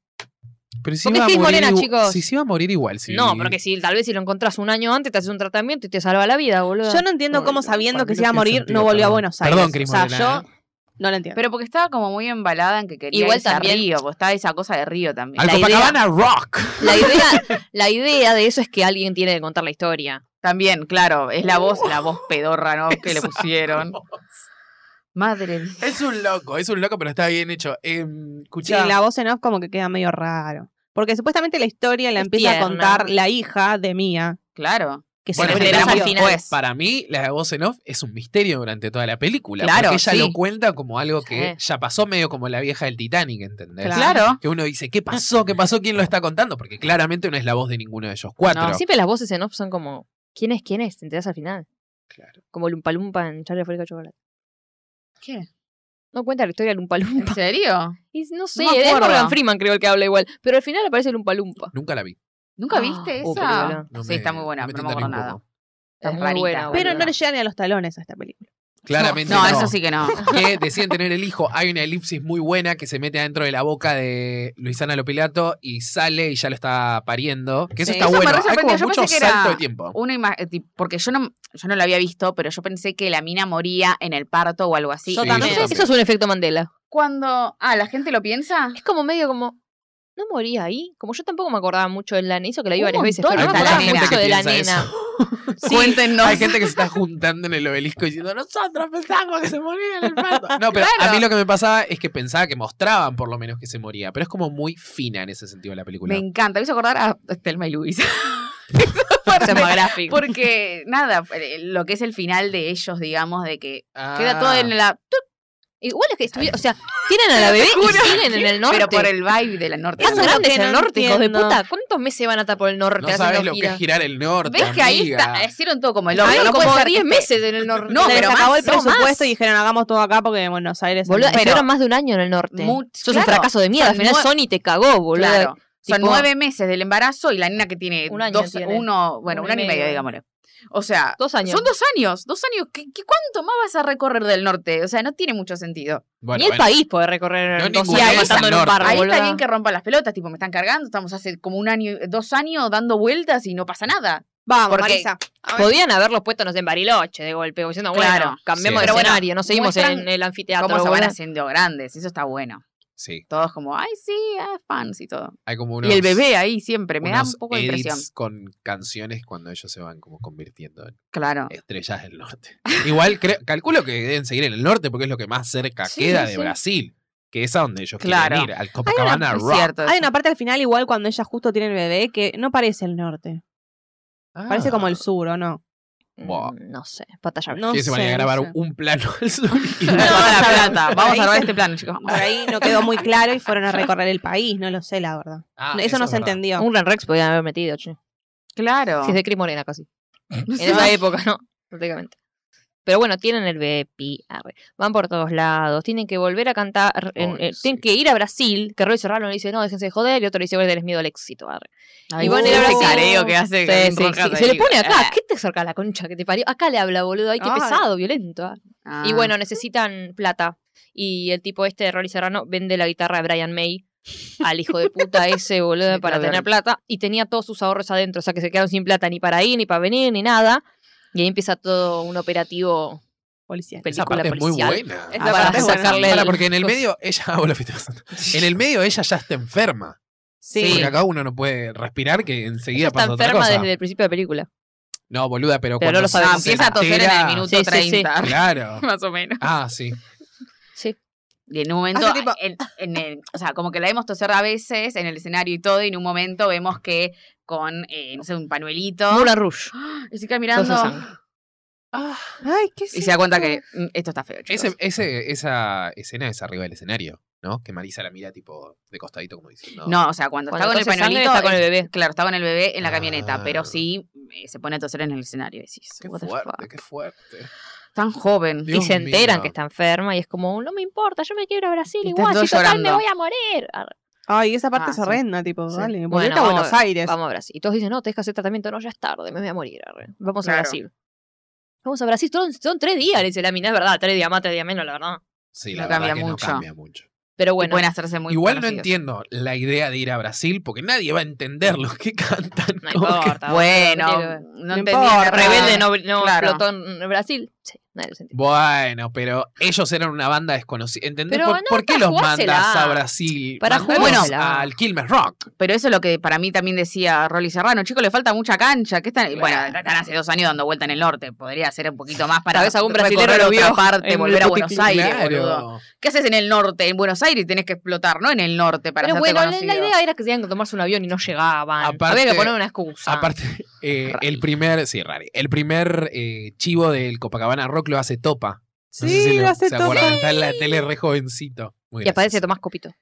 Pero si iba
Porque es
a
Cris
morir,
Morena,
igu-
chicos.
Si se iba a morir igual, sí.
No, porque si tal vez si lo encontrás un año antes te haces un tratamiento y te salva la vida, boludo.
Yo no entiendo
Ay,
cómo
no,
sabiendo
para
que
mí
se
no
iba a
tiene
morir
sentido,
no volvió a
perdón.
Buenos Aires.
Perdón, Cris
O
Morena, ¿eh?
sea, yo no lo entiendo.
Pero porque estaba como muy embalada en que quería Igual
Igual
irse
también-
a Río, porque estaba esa cosa de Río también.
Al
la idea-
Copacabana Rock.
La idea, la idea de eso es que alguien tiene que contar la historia.
También, claro, es la voz, la voz pedorra, ¿no? Que le pusieron. Madre mía.
Es un loco, es un loco, pero está bien hecho. Em,
Sí,
escuchá,
la voz en off como que queda medio raro. Porque supuestamente la historia la
Es
empieza
tierna.
a contar la hija de Mía,
Claro.
que se
Bueno,
muere
pero
en
al
cambio.
final-
Pues,
para mí la voz en off es un misterio durante toda la película.
Claro,
porque ella
sí.
lo cuenta como algo que
Sí.
ya pasó medio como la vieja del Titanic, ¿entendés?
Claro.
claro.
Que uno dice, ¿qué pasó? ¿Qué pasó? ¿Quién lo está contando? Porque claramente no es la voz de ninguno de ellos cuatro.
No,
Siempre las voces en off son como, ¿quién es quién es? Te enterás al final.
Claro.
Como Lumpa Lumpa en Charlie la Fábrica de Chocolate.
¿Qué?
No cuenta la historia de Lumpa
¿En
Lumpa.
serio?
Y no sé,
No me
es
acuerdo.
Morgan Freeman creo el que habla igual. Pero al final aparece Lumpa Lumpa.
Nunca la vi.
¿Nunca
Ah,
viste
oh,
esa?
película.
No
sí,
me-
está muy buena,
me
pero no me acuerdo
tienta ni un
nada.
poco.
Está
Es
muy
rarita,
buena,
boluda.
Pero no le llegan ni a los talones a esta película.
Claramente
No,
no.
eso sí que no.
Que deciden tener el hijo. Hay una elipsis muy buena que se mete adentro de la boca de Luisana Lopilato y sale y ya lo está pariendo. Que eso
Sí.
está
Eso
me
bueno.
re
Hay como
sorprendió. Yo
mucho
pensé que era-
salto de tiempo.
Una ima- eh, tip- porque yo no, yo no la había visto, pero yo pensé que la mina moría en el parto o algo así.
Yo
Sí,
también.
yo
Eso es un efecto Mandela.
Cuando. Ah, la gente lo piensa.
Es como medio como. No morí ahí. Como yo tampoco me acordaba mucho del nene. Hizo que la vi
Un
varias veces.
montón,
Pero no me
está la
acordaba
nena.
mucho de la
Gente que piensa
nena.
Cuéntenos.
Hay gente que se está juntando en el obelisco diciendo, nosotros pensamos que se moría en el parto. No, pero a
Claro.
mí lo que me pasaba es que pensaba que mostraban por lo menos que se moría, pero es como muy fina en ese sentido la película.
Me encanta. Me hizo acordar a Thelma y Luis.
Semagráfico.
Porque, nada, eh, lo que es el final de ellos, digamos, de que
Ah.
queda todo en la.
Igual es que estuvieron. O sea, tienen a la bebé y siguen en el norte.
Pero por el vibe de la norte.
Están
Eso es lo
grandes
que
en el
no
norte, hijos de
entiendo.
puta. ¿Cuántos meses van a estar por el norte
No
haciendo
sabes lo que
gira?
es girar el norte.
¿Ves que ahí
amiga?
está? Hicieron todo como el
Hay
orto. No puede
como
ser
10
que esté-
meses en el norte.
No,
Se les
pero
acabó
más,
el
no,
presupuesto
más.
y dijeron hagamos todo acá porque en Buenos Aires.
Boludo,
no".
estuvieron más de un año en el norte.
Much-
Sos un
claro.
fracaso de mierda. Al
Son
final
nue-
Sony te cagó, boludo.
Claro. Son
Tipo-
nueve meses del embarazo y la nena que tiene
Un año
dos,
tiene.
uno, bueno,
Un
un
y
año y medio,
medio.
digámosle. O sea,
Dos años.
son dos años, dos años. ¿Qué, qué- cuánto más vas a recorrer del norte? O sea, no tiene mucho sentido.
Bueno,
Ni el
bueno.
país puede recorrer
No,
en dos
ningún
años
país
matando
al
en un
norte.
par,
Ahí
boluda.
está bien que rompan las pelotas, tipo, me están cargando, estamos hace como un año, dos años dando vueltas y no pasa nada.
Vamos,
porque-
Marisa.
Podían haberlos puesto, no sé, en Bariloche de golpe, como diciendo,
Claro.
bueno, cambiamos
Sí.
de
Pero
bueno,
escenario, no seguimos
muestran
en el anfiteatro.
Cómo se van
boludo.
haciendo grandes, eso está bueno.
Sí.
Todos como, ay, sí, ah, fans y todo.
Hay como unos.
y el bebé ahí siempre, me da un
unos
poco de
edits
impresión.
con canciones cuando ellos se van como convirtiendo en
Claro.
estrellas del norte. Igual creo- calculo que deben seguir en el norte porque es lo que más cerca
Sí,
queda
sí,
de
sí.
Brasil, que es a donde ellos
Claro.
quieren ir, al Copacabana
Es
Rock.
cierto.
Hay una parte al final, igual cuando ella justo tiene el bebé, que no parece el norte.
Ah.
Parece como el sur, ¿o no?
Buah.
Mm, No sé, batalla.
No
que Ah, se van a
sé,
ir a grabar
no sé.
un plano al sur. y-
Vamos a
No,
la plata.
pero- pero
Vamos
ahí
a grabar
se-
este plano, chicos.
Por ahí no quedó muy claro y fueron a recorrer el país, no lo sé, la verdad.
Ah,
eso, no
es
se
verdad.
entendió.
Un Gran Rex podían haber metido, che.
Claro.
Si es de Cris Morena casi. En
Sí.
esa época, ¿no? Prácticamente. Pero bueno, tienen el BPI, arre. van por todos lados, tienen que volver a cantar, en-
Ay,
eh, tienen
sí.
que ir a Brasil, que Roy Serrano le dice, no, déjense de joder, y otro le dice, vos tenés miedo al éxito, arre.
Ay,
Y van a ir a
ese
Brasil.
careo que hace.
Sí,
Carmen
sí,
Rojas ahí.
sí. Se le pone acá,
Ah,
¿qué te cerca la concha que te parió? Acá le habla, boludo, ay, qué
Ay.
pesado, violento. ah.
ah.
Y bueno, necesitan plata. Y el tipo este de Rolly Serrano vende la guitarra de Brian May al hijo de puta ese, boludo,
Sí,
para
claro,
tener
claro.
plata. Y tenía todos sus ahorros adentro, o sea que se quedaron sin plata ni para ir, ni para venir, ni nada. Y ahí empieza todo un operativo
Policía.
Esa
película
parte es muy
policial.
buena.
Esa parte
Ah, para
es buena.
sacarle
Para,
el-
porque en el
cos-
medio, ella. Hola, Fito. en el medio, ella ya está enferma.
Sí.
Porque acá uno no puede respirar, que enseguida
Ella está
pasa otra
enferma
cosa.
desde el principio de la película.
No, boluda, pero,
Pero
cuando
no lo
se
Ah,
sabemos.
empieza a toser en el
entera-
minuto
Sí, sí, sí.
30.
Claro.
Más o menos.
Ah, sí.
Sí.
Y en un momento,
Hace tipo-
en, en el- o sea, como que la vemos toser a veces en el escenario y todo, y en un momento vemos que con, eh, no sé, un panuelito,
Moulin Rouge.
y se queda mirando
Todos los
Ah,
Ay, qué
y se da cuenta que mm, esto está feo. chicos.
ese, ese- esa escena es arriba del escenario, ¿no? Que Marisa la mira tipo de costadito, como diciendo.
No, o sea, cuando,
Cuando
está con el
tose sangre,
panuelito,
está con el
es-
bebé.
claro, está con el bebé en la
Ah.
camioneta, pero sí eh, se pone a toser en el escenario. Decís,
Qué
"What the
fuerte,
fuck".
qué fuerte.
Tan joven.
Dios
y se enteran
mío.
que está enferma y es como, no me importa, yo me quiero ir a Brasil
Y están
igual, si
todos
total me
llorando.
voy a morir. Arre.
Ay, esa parte
Ah,
es
sí.
horrenda, tipo,
Sí.
dale,
Bueno,
volvete a
vamos
Buenos
a-
Aires.
Vamos a Brasil. Y todos dicen, no, tenés que hacer tratamiento, no, ya es tarde, me voy a morir. arre. Vamos a
Claro.
Brasil. Vamos a Brasil, son, son tres días, le dice la mina, es verdad, tres días más, tres días menos, la verdad.
Sí, la
No
verdad
cambia
que
mucho.
no cambia mucho.
Pero
Bueno,
bueno,
pueden hacerse muy
Igual no
conocidos.
entiendo la idea de ir a Brasil porque nadie va a entender lo que cantan.
no
como que-
importa. boludo,
Bueno,
¿qué
no
No
entendía.
importa,
tiene que ver? rebelde no, no
Claro.
explotó en Brasil. Sí, nadie lo sentía.
Bueno, pero ellos eran una banda desconocida. ¿Entendés?
Pero
¿Por,
no,
por qué
para
los mandas
jugársela.
a Brasil?
Para
Mandalos
jugársela.
al Quilmes Rock.
Pero eso es lo que para mí también decía Rolly Serrano. Chicos, le falta mucha cancha. Que están, bueno,
Claro.
están hace dos años dando vuelta en el norte. Podría ser un poquito más para
Tal vez algún brasilero
recorrer
lo
otra
vio
parte,
en
volver a
el
Buenos
Putiquín.
Aires,
Claro.
boludo. ¿Qué haces en el norte? En Buenos Aires tenés que explotar, ¿no? En el norte para
Pero
hacerte
bueno, la, la
conocido.
idea era que tenían que tomarse un avión y no llegaban.
Aparte-
Había que poner una excusa.
Aparte, eh,
Rari.
el primer, sí, Rari, el primer eh, chivo del Copacabana Rock lo hace Topa. No sé
Sí,
si
lo hace
se
todo.
acuerdan, Está en la tele re jovencito. Muy
y aparece
gracioso.
Tomás Copito.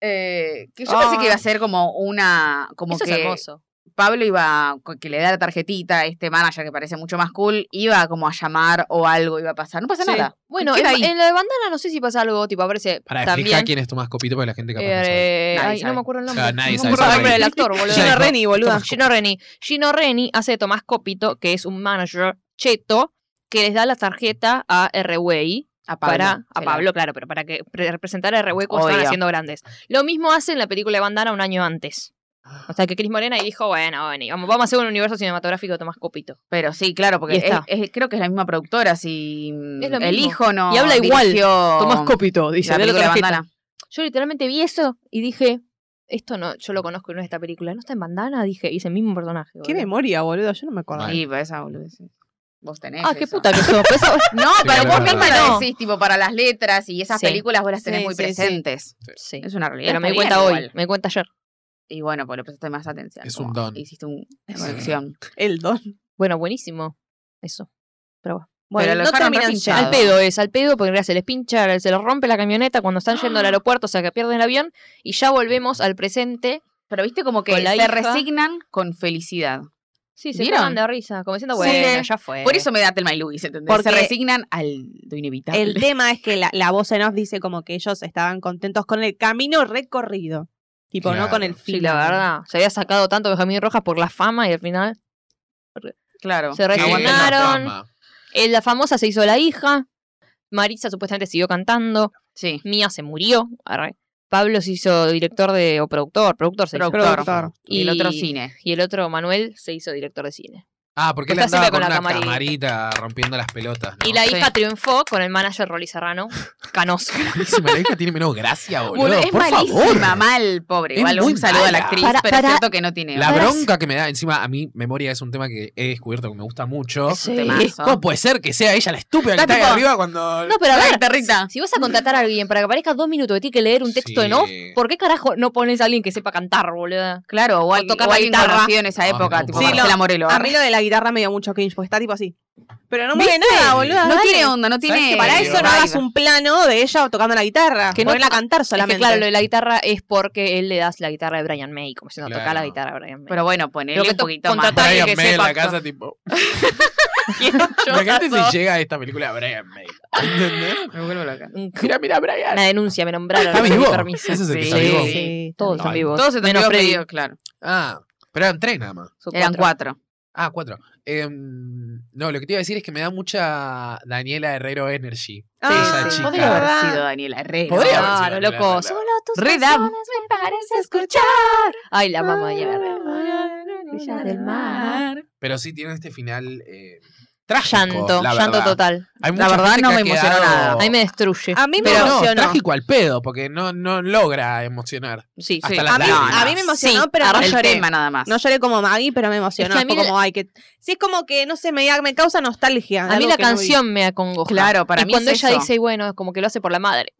Eh, que yo
Ah.
pensé que iba a ser como una. Como
Eso
que
es hermoso.
Pablo iba, que le da la tarjetita, este manager que parece mucho más cool, iba como a llamar o algo iba a pasar. No pasa
Sí.
nada.
Bueno, en,
queda ahí.
en la de bandana no sé si pasa algo, tipo, aparece
Para explicar
también.
quién es Tomás Copito para la gente capaz no sabe.
eh,
Nadie
ay,
sabe.
no me acuerdo el
O
nombre.
sea, nadie
no
sabe
me acuerdo el
esa
nombre del
película.
actor, boludo.
Ya
Gina
dijo,
Reni, boluda.
Tomás
Gino Reni. Gino Reni hace de Tomás Copito, que es un manager cheto, que les da la tarjeta a RWI
A Pablo.
para. A
se la-
Pablo, claro, pero para que pre- representar a RWI cuando
Obvio.
estaban haciendo grandes. Lo mismo hace en la película de Bandana un año antes. O sea que Cris Morena y dijo, bueno, bueno, y vamos, vamos a hacer un universo cinematográfico de Tomás Copito.
Pero sí, claro, porque
Y
es-
está.
es- creo que es la misma productora, si
Es lo
el
mismo.
hijo no.
Y habla igual.
dirigió la
Copito, dale la
película de
tarjeta.
bandana.
Yo literalmente vi eso y dije, esto no, yo lo conozco y no es esta película. ¿No está en bandana? Dije, y es el mismo personaje.
Qué
boludo.
memoria, boludo, yo no me acuerdo.
Mal.
Sí, para esa boludez. Vos tenés.
Ah, qué
eso.
puta que sos. pero eso-
No,
Sí,
pero
la
vos
verdad.
misma
No.
lo decís, tipo, para las letras y esas
Sí.
películas vos las tenés
Sí,
muy
sí, sí.
presentes.
Sí.
Es una realidad.
Pero me di
está
cuenta
bien
hoy,
igual.
me di cuenta ayer.
Y bueno, pues le prestaste más atención.
Es
como
un don.
Hiciste un- una conexión.
El don.
Bueno, buenísimo. Eso.
Bueno,
lo
no
dejaron
terminan
repinchado.
ya.
Al pedo es, al pedo, porque mirá, se les pincha, se les rompe la camioneta cuando están yendo
Ah.
al aeropuerto, o sea que pierden el avión, y ya volvemos al presente.
Pero viste como que
Con la
se
hija.
resignan con felicidad.
Sí, se
¿Vieron?
cagan de risa, como diciendo,
Sí.
bueno, ya fue.
Por eso me da Telma y Luis, ¿entendés? se
Porque-
resignan al lo inevitable.
El tema es que la, la voz en off dice como que ellos estaban contentos con el camino recorrido. Tipo, no con
Claro.
el
Sí,
fin.
la verdad. Se había sacado tanto Benjamín Rojas por la fama y al final
claro.
se
Qué
resignaron.
fama.
Eh, La famosa se hizo la hija. Marisa supuestamente siguió cantando.
Sí.
Mía se murió. arre. Pablo se hizo director de. o productor, productor se hizo.
Productor.
Productor.
Y el otro cine.
Y el otro, Manuel, se hizo director de cine.
Ah, porque él
Está
andaba
siempre
con,
con la
una
camarita.
camarita. rompiendo las pelotas. ¿no?
Y la
Sí.
hija triunfó con el manager Rolly Serrano, canoso.
Buenísima, la hija tiene menos gracia, boludo.
Bueno, es
por
malísima,
favor.
mal, pobre.
Es
Igual
muy
un saludo a la
mala.
actriz,
Para-
pero
para-
es cierto que no tiene.
La
Ahora
bronca que me da, encima, a mí, memoria es un tema que he descubierto que me gusta mucho.
Sí.
Temazo.
¿Cómo puede ser que sea ella la estúpida que
Está
está ahí
tipo-
arriba cuando.
No, pero a
La
ver,
guitarrita.
si vas a contratar a alguien para que aparezca dos minutos de ti que leer un texto
Sí.
en off, ¿por qué carajo no pones a alguien que sepa cantar, boluda?
Claro, o, al-
tocar
o
la
alguien
guitarra.
conocido en esa
Ah,
época,
no,
tipo
sí, lo-
Marcela Morelo.
A mí lo de la guitarra me dio mucho cringe, porque está tipo así. Pero no mueve
¿Viste?
nada, boluda.
no
dale.
tiene onda, no tiene.
que
Para
Sí,
eso no
vibe.
hagas un plano de ella tocando la guitarra.
Que
Que
no
no a
toca-
cantar
Es que,
solamente.
claro, lo de la guitarra es porque él le das la guitarra de Brian May, como si no toca la
Claro.
guitarra de Brian May.
Pero bueno, ponerle
Lo que
un
to-
poquito más.
contratar-
Brian
que
May en
sepa
la
actuar.
casa, tipo.
Yo
Imagínate
paso.
si llega esta película de Brian May. ¿Entendés?
Me vuelvo loca.
Un-
Mira, mira, Brian.
Una denuncia, me nombraron.
¿Está
no pedí
vivo?
permiso.
Ese es el que
Sí.
está vivo.
Sí.
Sí,
Todos
también.
están vivos.
Todos se te
menos Freddy.
claro.
Ah, pero eran tres nada más.
Son
Eran cuatro.
Ah, cuatro. Em, no, lo que te iba a decir es que me da mucha Daniela Herrero Energy.
Ah,
esa
sí.
chica.
Podría haber
¿Verdad?
sido Daniela Herrera.
Podría haber
Claro,
sido
loco.
Daniela Herrera.
Solo tus
Redam.
razones me parece escuchar. Ay, la mamá de Villa del Mar.
Pero sí tiene este final eh, trágico.
Llanto,
la
llanto
verdad.
total.
Hay
La
mucha
verdad
gente
no
que
me
ha
emocionó
quedado-
nada.
A mí me Ah, destruye.
A mí me
Pero no,
emocionó.
trágico al pedo, porque no, no logra emocionar.
Sí,
Hasta
sí.
las
a, mí,
lágrimas.
a mí me emocionó,
Sí,
pero no
el
lloré.
tema nada más.
No lloré como Maggie, pero me emocionó.
Es que a mí
Fue
la-
como, ay, que... Sí, es como que, no sé, me, da- me causa nostalgia. de
A mí
algo
la
que no vi.
canción me acongoja.
Claro, para
y
mí
cuando
es
ella
eso.
dice, y bueno, como que lo hace por la madre.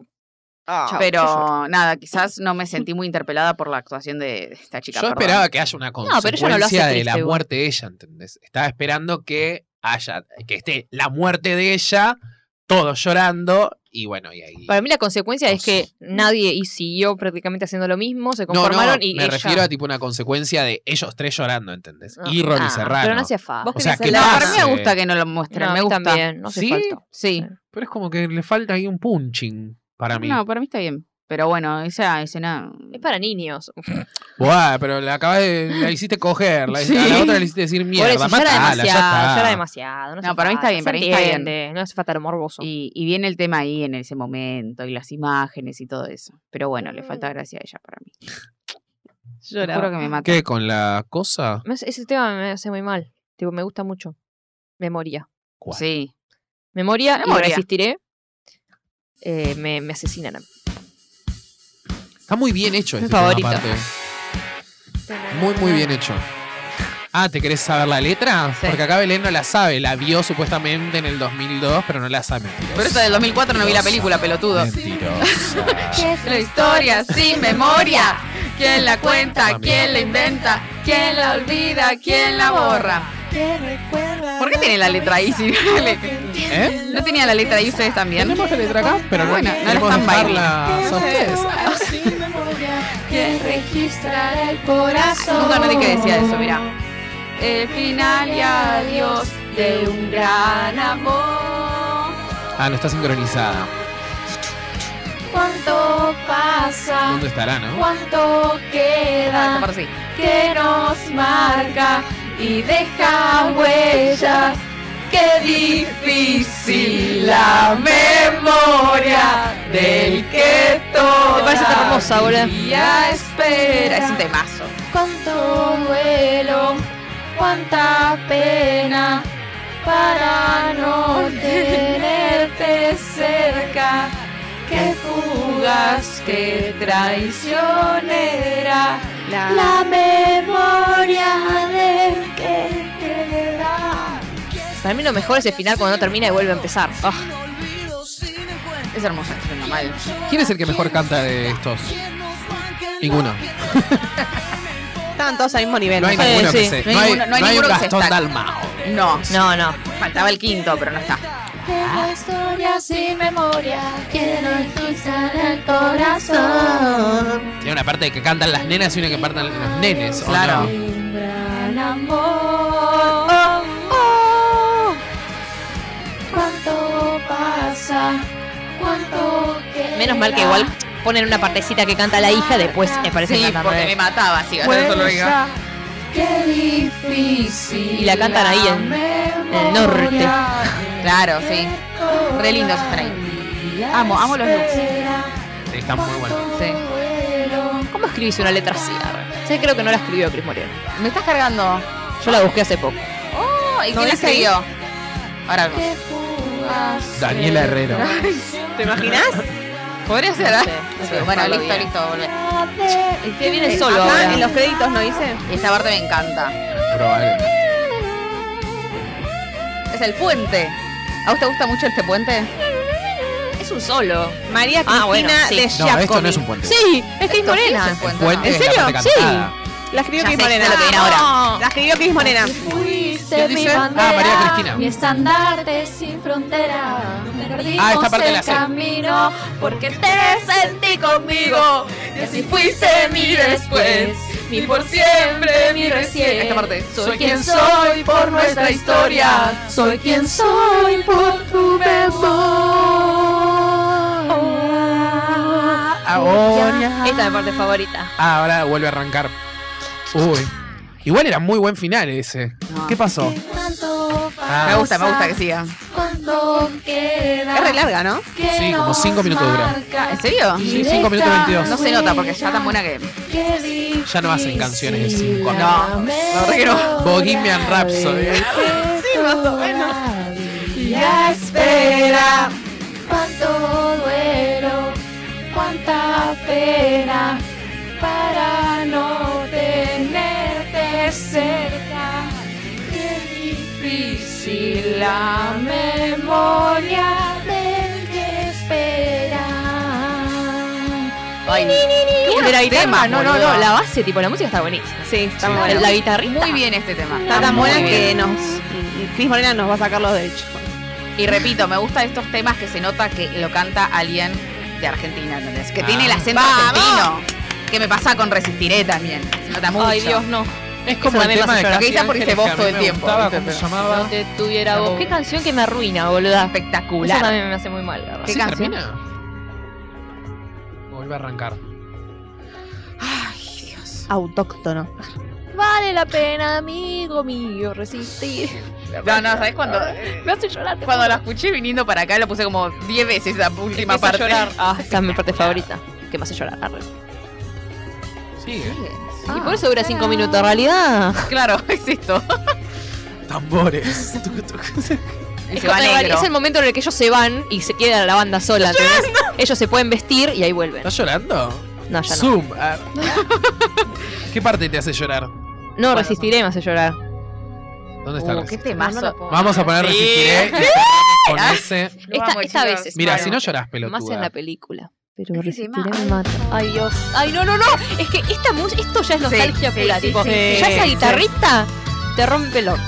Ah,
Chao, yo lloro.
Pero nada, quizás no me sentí muy interpelada por la actuación de esta chica.
Yo
perdón.
esperaba que haya una
pero ella no lo hace
consecuencia de
triste
la
igual.
muerte de ella, ¿entendés? Estaba esperando que haya, que esté la muerte de ella, todos llorando, y bueno, y ahí.
Para mí la consecuencia
No
es que
sé.
mm.
nadie y siguió prácticamente haciendo lo mismo, se
no, no,
conformaron y
me
ella...
refiero a tipo una consecuencia de ellos tres llorando, ¿entendés?
No.
Y Ronnie
Ah,
Serrano.
Pero no hacía falta.
o sea,
Pero
que
la- para mí
pase.
me gusta que no lo muestren,
No, a
me
mí
gusta.
también, no hace
¿Sí?
falta.
Sí.
Pero es como que le falta ahí un punching para mí.
No, para mí está bien. Pero bueno, esa escena.
Es para niños.
Buah, pero la acabas de, la hiciste coger, la,
Sí.
a la otra le hiciste decir
Por
mierda,
eso, ya era
matala, ya
demasiado, ya era
está.
demasiado. No,
No,
hace
para mí está
falta,
bien,
se
para mí está bien.
entiende, No hace falta lo morboso.
Y, y viene el tema ahí en ese momento, y las imágenes y todo eso. Pero bueno, le falta
Mm.
gracia a ella para mí. Te juro
Lloraba.
que me mata.
¿Qué con la cosa?
Me hace- Ese tema me hace muy mal. Tipo, me gusta mucho. Memoria.
¿Cuál?
Sí.
Memoria,
Memoria.
y resistiré. Eh, me, me asesinan. a mí.
Está muy bien hecho
Mi
este tema,
favorito.
aparte. Muy, muy bien hecho. Ah, ¿te querés saber la letra?
Sí.
Porque acá Belén no la sabe. La vio supuestamente en el 2002, pero no la sabe. Mentirosa.
Pero esta del 2004 no vi la película, pelotudo.
Mentirosa.
La historia sin memoria. ¿Quién la cuenta? ¿Quién la inventa? ¿Quién la olvida? ¿Quién la borra? ¿Por qué tiene la letra ahí? Si vio la letra?
¿Eh?
¿No tenía la letra ahí ustedes también?
Tenemos la letra acá, pero no,
Bueno, no la
queremos
están
dejarla a ustedes.
Que registra el corazón. Nunca nadie que decía eso, mirá. El final y adiós de un gran amor.
Ah, no está sincronizada.
¿Cuánto pasa?
¿Dónde estará, no?
¿Cuánto queda? Que nos marca y deja huellas. Qué difícil la memoria del que todo.
Me parece tan hermosa, boludo.
espera. Es un temazo.
Cuánto duelo, cuánta pena para no tenerte cerca. Qué fugas, qué traicionera.
La-
La memoria del que queda.
Para mí lo mejor es el final cuando no termina y vuelve a empezar. Ah,
Es este hermosa, es normal.
¿Quién es el que mejor canta de estos? Ninguno.
Estaban todos al mismo nivel.
No hay
¿no?
Sí,
ninguno que
sí.
se.
Eh, No hay ninguno- no hay
un
ninguno que se
Gastón
destaque.
Dalmao.
No,
no, no.
faltaba el quinto, pero no está.
Tengo historia sin memoria que no endulzan el corazón.
Tiene una parte que cantan las nenas y una que cantan los nenes. ¿o
Claro.
no?
Un gran amor. Oh, oh. ¿Cuánto pasa? ¿Cuánto queda?
Menos mal que igual ponen una partecita que canta la hija, después me parece
Sí,
cantando,
porque
eh.
me mataba, sí.
Bueno, eso lo diga.
Ya, Qué difícil.
Y la cantan ahí en- en el norte.
Claro, sí. Re lindos están
ahí.
Amo, amo los looks.
Sí, Está muy bueno.
Sí.
¿Cómo escribís una letra así? Arre? Sí, creo que no la escribió Cris Moreno.
Me estás cargando. Oh,
Yo la busqué hace poco.
¿Y quién la escribió? Ahora vemos.
que fugas.
Daniela Herrera.
¿Te imaginas?
Podría ser, ¿eh?
no sé,
bueno,
no lo
listo,
vi.
listo, volvé.
El que viene solo
Acá
ahora.
en los créditos no hice.
Esta parte me encanta.
Probable.
Es el puente. ¿A vos te gusta mucho este puente?
Es un solo.
María Cristina
Ah, bueno, sí.
de
No,
Giacomo.
esto no es un puente.
Sí, es que es
Esto sí
morena.
es el
El
puente,
puente
¿no?
es la parte
serio? Sí.
cantada.
La escribió
Ya
Cris
sé,
Morena.
sé lo que viene ahora.
La escribió Cris Morena.
Fuiste
¿Quién
mi
dice? Ah, María
bandera,
Cristina.
mi estandarte sin frontera. Perdimos
Ah, esta parte
el
la sé.
camino porque te sentí conmigo. Y así fuiste mi después, mi por siempre, mi recién.
Esta parte.
Soy quien soy por nuestra historia. Soy quien soy por tu memoria.
Ah,
Ahora,
Esta es mi parte favorita.
Ah, ahora vuelve a arrancar. Uy. Igual era muy buen final ese.
No.
¿Qué pasó?
Tanto
Ah. Me gusta, me gusta que siga.
cuando queda.
Es re larga, ¿no?
que
Sí, como
nos
cinco minutos dura.
marca.
¿En serio?
Sí, cinco minutos veintidós.
No se nota porque está tan buena que.
que
Ya no hacen canciones de cinco.
difícil
No, la verdad que no.
Bohemian Rhapsody.
Sí,
más o menos.
Ya espera. Cuánto duelo, cuánta pena para no tenerte cerca. Qué difícil la memoria del que espera.
Ay,
Qué
buena
la guitarra,
tema,
no, no,
boludo.
no, la base, tipo, la música está buenísima.
Sí, está muy
La-
buena.
La guitarrita.
muy bien este tema.
Está tan
muy
buena que
bien.
nos. Cris Morena nos va a sacar los derechos.
Y repito, me gustan estos temas que se nota que lo canta alguien de Argentina, ¿entendés? Que
Ah.
tiene el acento
¡Vamos!
argentino. Que me pasa con Resistiré también. Se nota mucho.
Ay, Dios, no.
Es como
Esa
el
también
tema
la
de
sé llorar.
Que quizás porque se
Ángeles, que a
vos
mí
todo
me
el tiempo,
gustaba,
¿viste?
¿cómo se
No
llamaba?
te tuviera vos. Qué canción que me arruina, boluda. Esa
Espectacular.
también me hace muy mal, la verdad.
¿Qué
¿Así
canción?
termina? Vuelve a arrancar.
Ay, Dios.
Autóctono.
Vale la pena, amigo mío, resistir.
No, no, ¿sabes cuando,
Me hace llorar. te
cuando la
juro.
escuché viniendo para acá? Lo puse como 10 veces esa última
Empiezo
parte.
a llorar. Ah, esa es mi parte favorita. Que me hace llorar. arre.
Sigue.
y
Ah,
por eso dura cinco minutos, en realidad.
Claro, es esto.
Tambores. Tuc, tuc.
Y
Es,
se va
como- en realidad
negro.
es el momento en el que ellos se van y se queda la banda sola. ¿entendés? Ellos se pueden vestir y ahí vuelven.
¿Estás llorando?
No, ya no.
Zoom. Ah. ¿Qué parte te hace llorar?
No resistiré, me hace llorar.
¿Dónde está?
Uh,
Resistiré?
qué temazo.
Vamos a poner
Sí.
resistiré. y con ese.
Lo
Esta,
amo,
esta
chicos.
vez es
Mira,
para-
si no lloras pelotuda.
Más en la película.
Es
Pero
que se
resistiré
llama-
me mata. Ay, Dios. Ay, no, no, no. Es que esta música, esto ya es nostalgia
sí,
pura.
sí,
tipo,
sí,
sí,
ya esa
sí.
guitarrita te rompe el orto.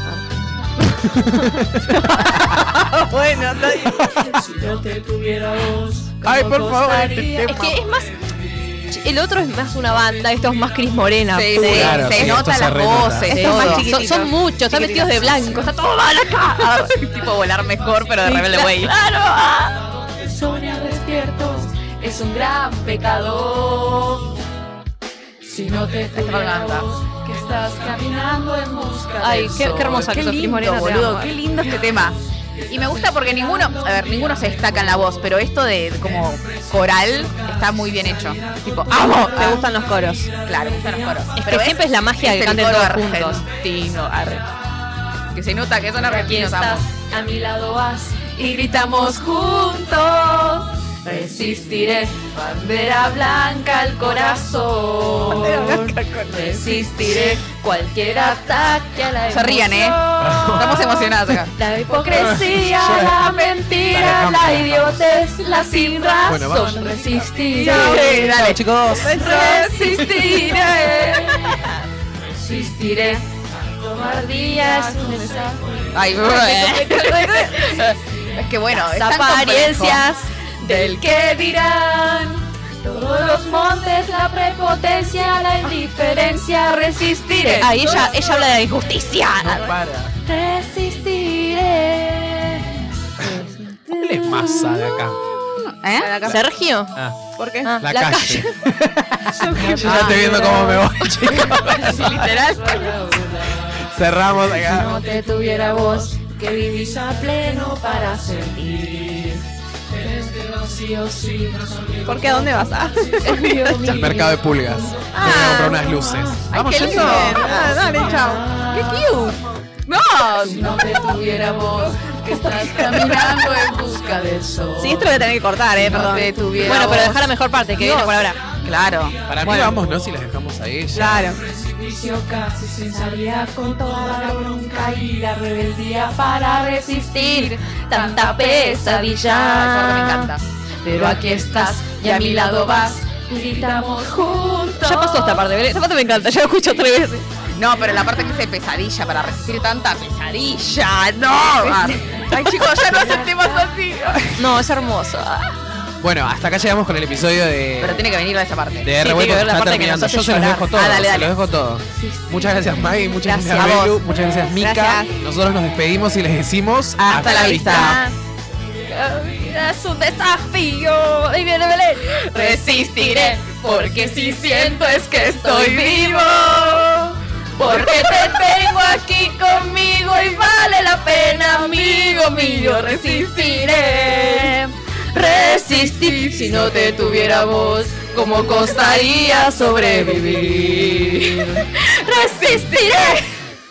Ah, bueno, está bien.
Si no te tuviera vos,
Ay,
¿cómo
por favor,
costaría?
este tema.
Es que es más. El otro es más una banda, esto es más Cris Morena.
Sí,
pura.
sí,
Claro,
se
sí, esto
notan
se
las
renota.
voces,
Esto es más
todo.
chiquito.
Son, son muchos, están vestidos de blanco, está todo mal acá.
Ah, tipo volar mejor, pero de rebelde güey.
Sonia despiertos es un gran pecado. Si no te
me
tuviera
encanta.
vos, que estás caminando en busca
Ay,
del
qué-
sol.
qué hermosa que
Qué
sos, Cris Morena,
lindo,
te amo.
boludo, qué lindo este tema. Y me gusta porque ninguno, a ver, ninguno se destaca en la voz, pero esto de como coral está muy bien hecho. Tipo, amo,
Te gustan los coros.
Claro, me gustan los coros.
Es
pero
que siempre es la magia
es
que
el
canten
coro
todos juntos.
argentino, arre. Que se nota que son
Aquí
argentinos,
estás,
amo.
a mi lado vas y gritamos juntos. Resistiré, bandera blanca al corazón. Resistiré cualquier ataque a la
Se rían, ¿eh?
emoción.
Estamos emocionados acá.
La hipocresía, la
Dale,
mentira, la
Hamlet,
idiotez, la sin
Bueno, vamos.
razón. Resistiré,
Sí, dale.
chicos.
resistiré. Resistiré. Cobardía es un desastre.
Ay, bro, eh. Es que bueno, es tan
Apariencias.
del que dirán. Todos los montes, la prepotencia, la indiferencia, resistiré.
Ay, ella, ella habla de la injusticia.
Resistiré.
¿Qué le pasa de acá?
complejo. ¿Eh?
Sergio.
Ah,
¿Por qué?
Ah,
la,
la
calle. Yo ya estoy viendo cómo me voy, chicos.
Literal.
Cerramos acá.
No te tuviera voz que vivís a pleno para sentir.
Desde el vacío sin razón ni
¿Por qué? ¿A dónde vas? Ah,
Al mercado de pulgas. Voy a comprar unas luces. Vamos,
qué
Jessy.
lindo.
dale, Ah, chao.
Qué cute.
Si no te tuviéramos, que estás caminando en busca del sol.
Sí, esto lo voy a tener que cortar, eh,
Si no
perdón.
te tuviera
Bueno, pero
vos,
dejar la mejor parte que viene por ahora.
Claro.
Para mí vamos, ¿no? Si las dejamos a ella.
Claro.
Vicio casi sin salida con toda la bronca y la rebeldía para resistir tanta pesadilla.
Ay, me encanta.
Pero aquí estás y a mi lado vas, gritamos juntos.
Ya pasó esta parte, ¿verdad? esta parte me encanta, ya lo escucho tres veces.
No, pero la parte que dice pesadilla, para resistir tanta pesadilla. No. Ay, chicos, ya no aceptemos así.
No, es hermoso.
Bueno, hasta acá llegamos con el episodio de.
Pero tiene que venir esa parte.
De
Sí,
revuelto
tiene que ver la
está
parte que
terminando.
nos hace
Yo se los
llorar.
dejo todo.
Ah, dale,
Se
dale.
los dejo todo. Muchas gracias, Maggie. Muchas gracias,
Gracias a
Belu,
vos.
Muchas gracias, Mika.
Gracias.
Nosotros nos despedimos y les decimos.
Hasta la vista.
La vida es un desafío. Ahí viene Belén. Resistiré, porque si siento es que estoy vivo. Porque te tengo aquí conmigo y vale la pena, amigo mío. Resistiré. Resistir si no te tuviera vos, ¿cómo costaría sobrevivir? Resistiré.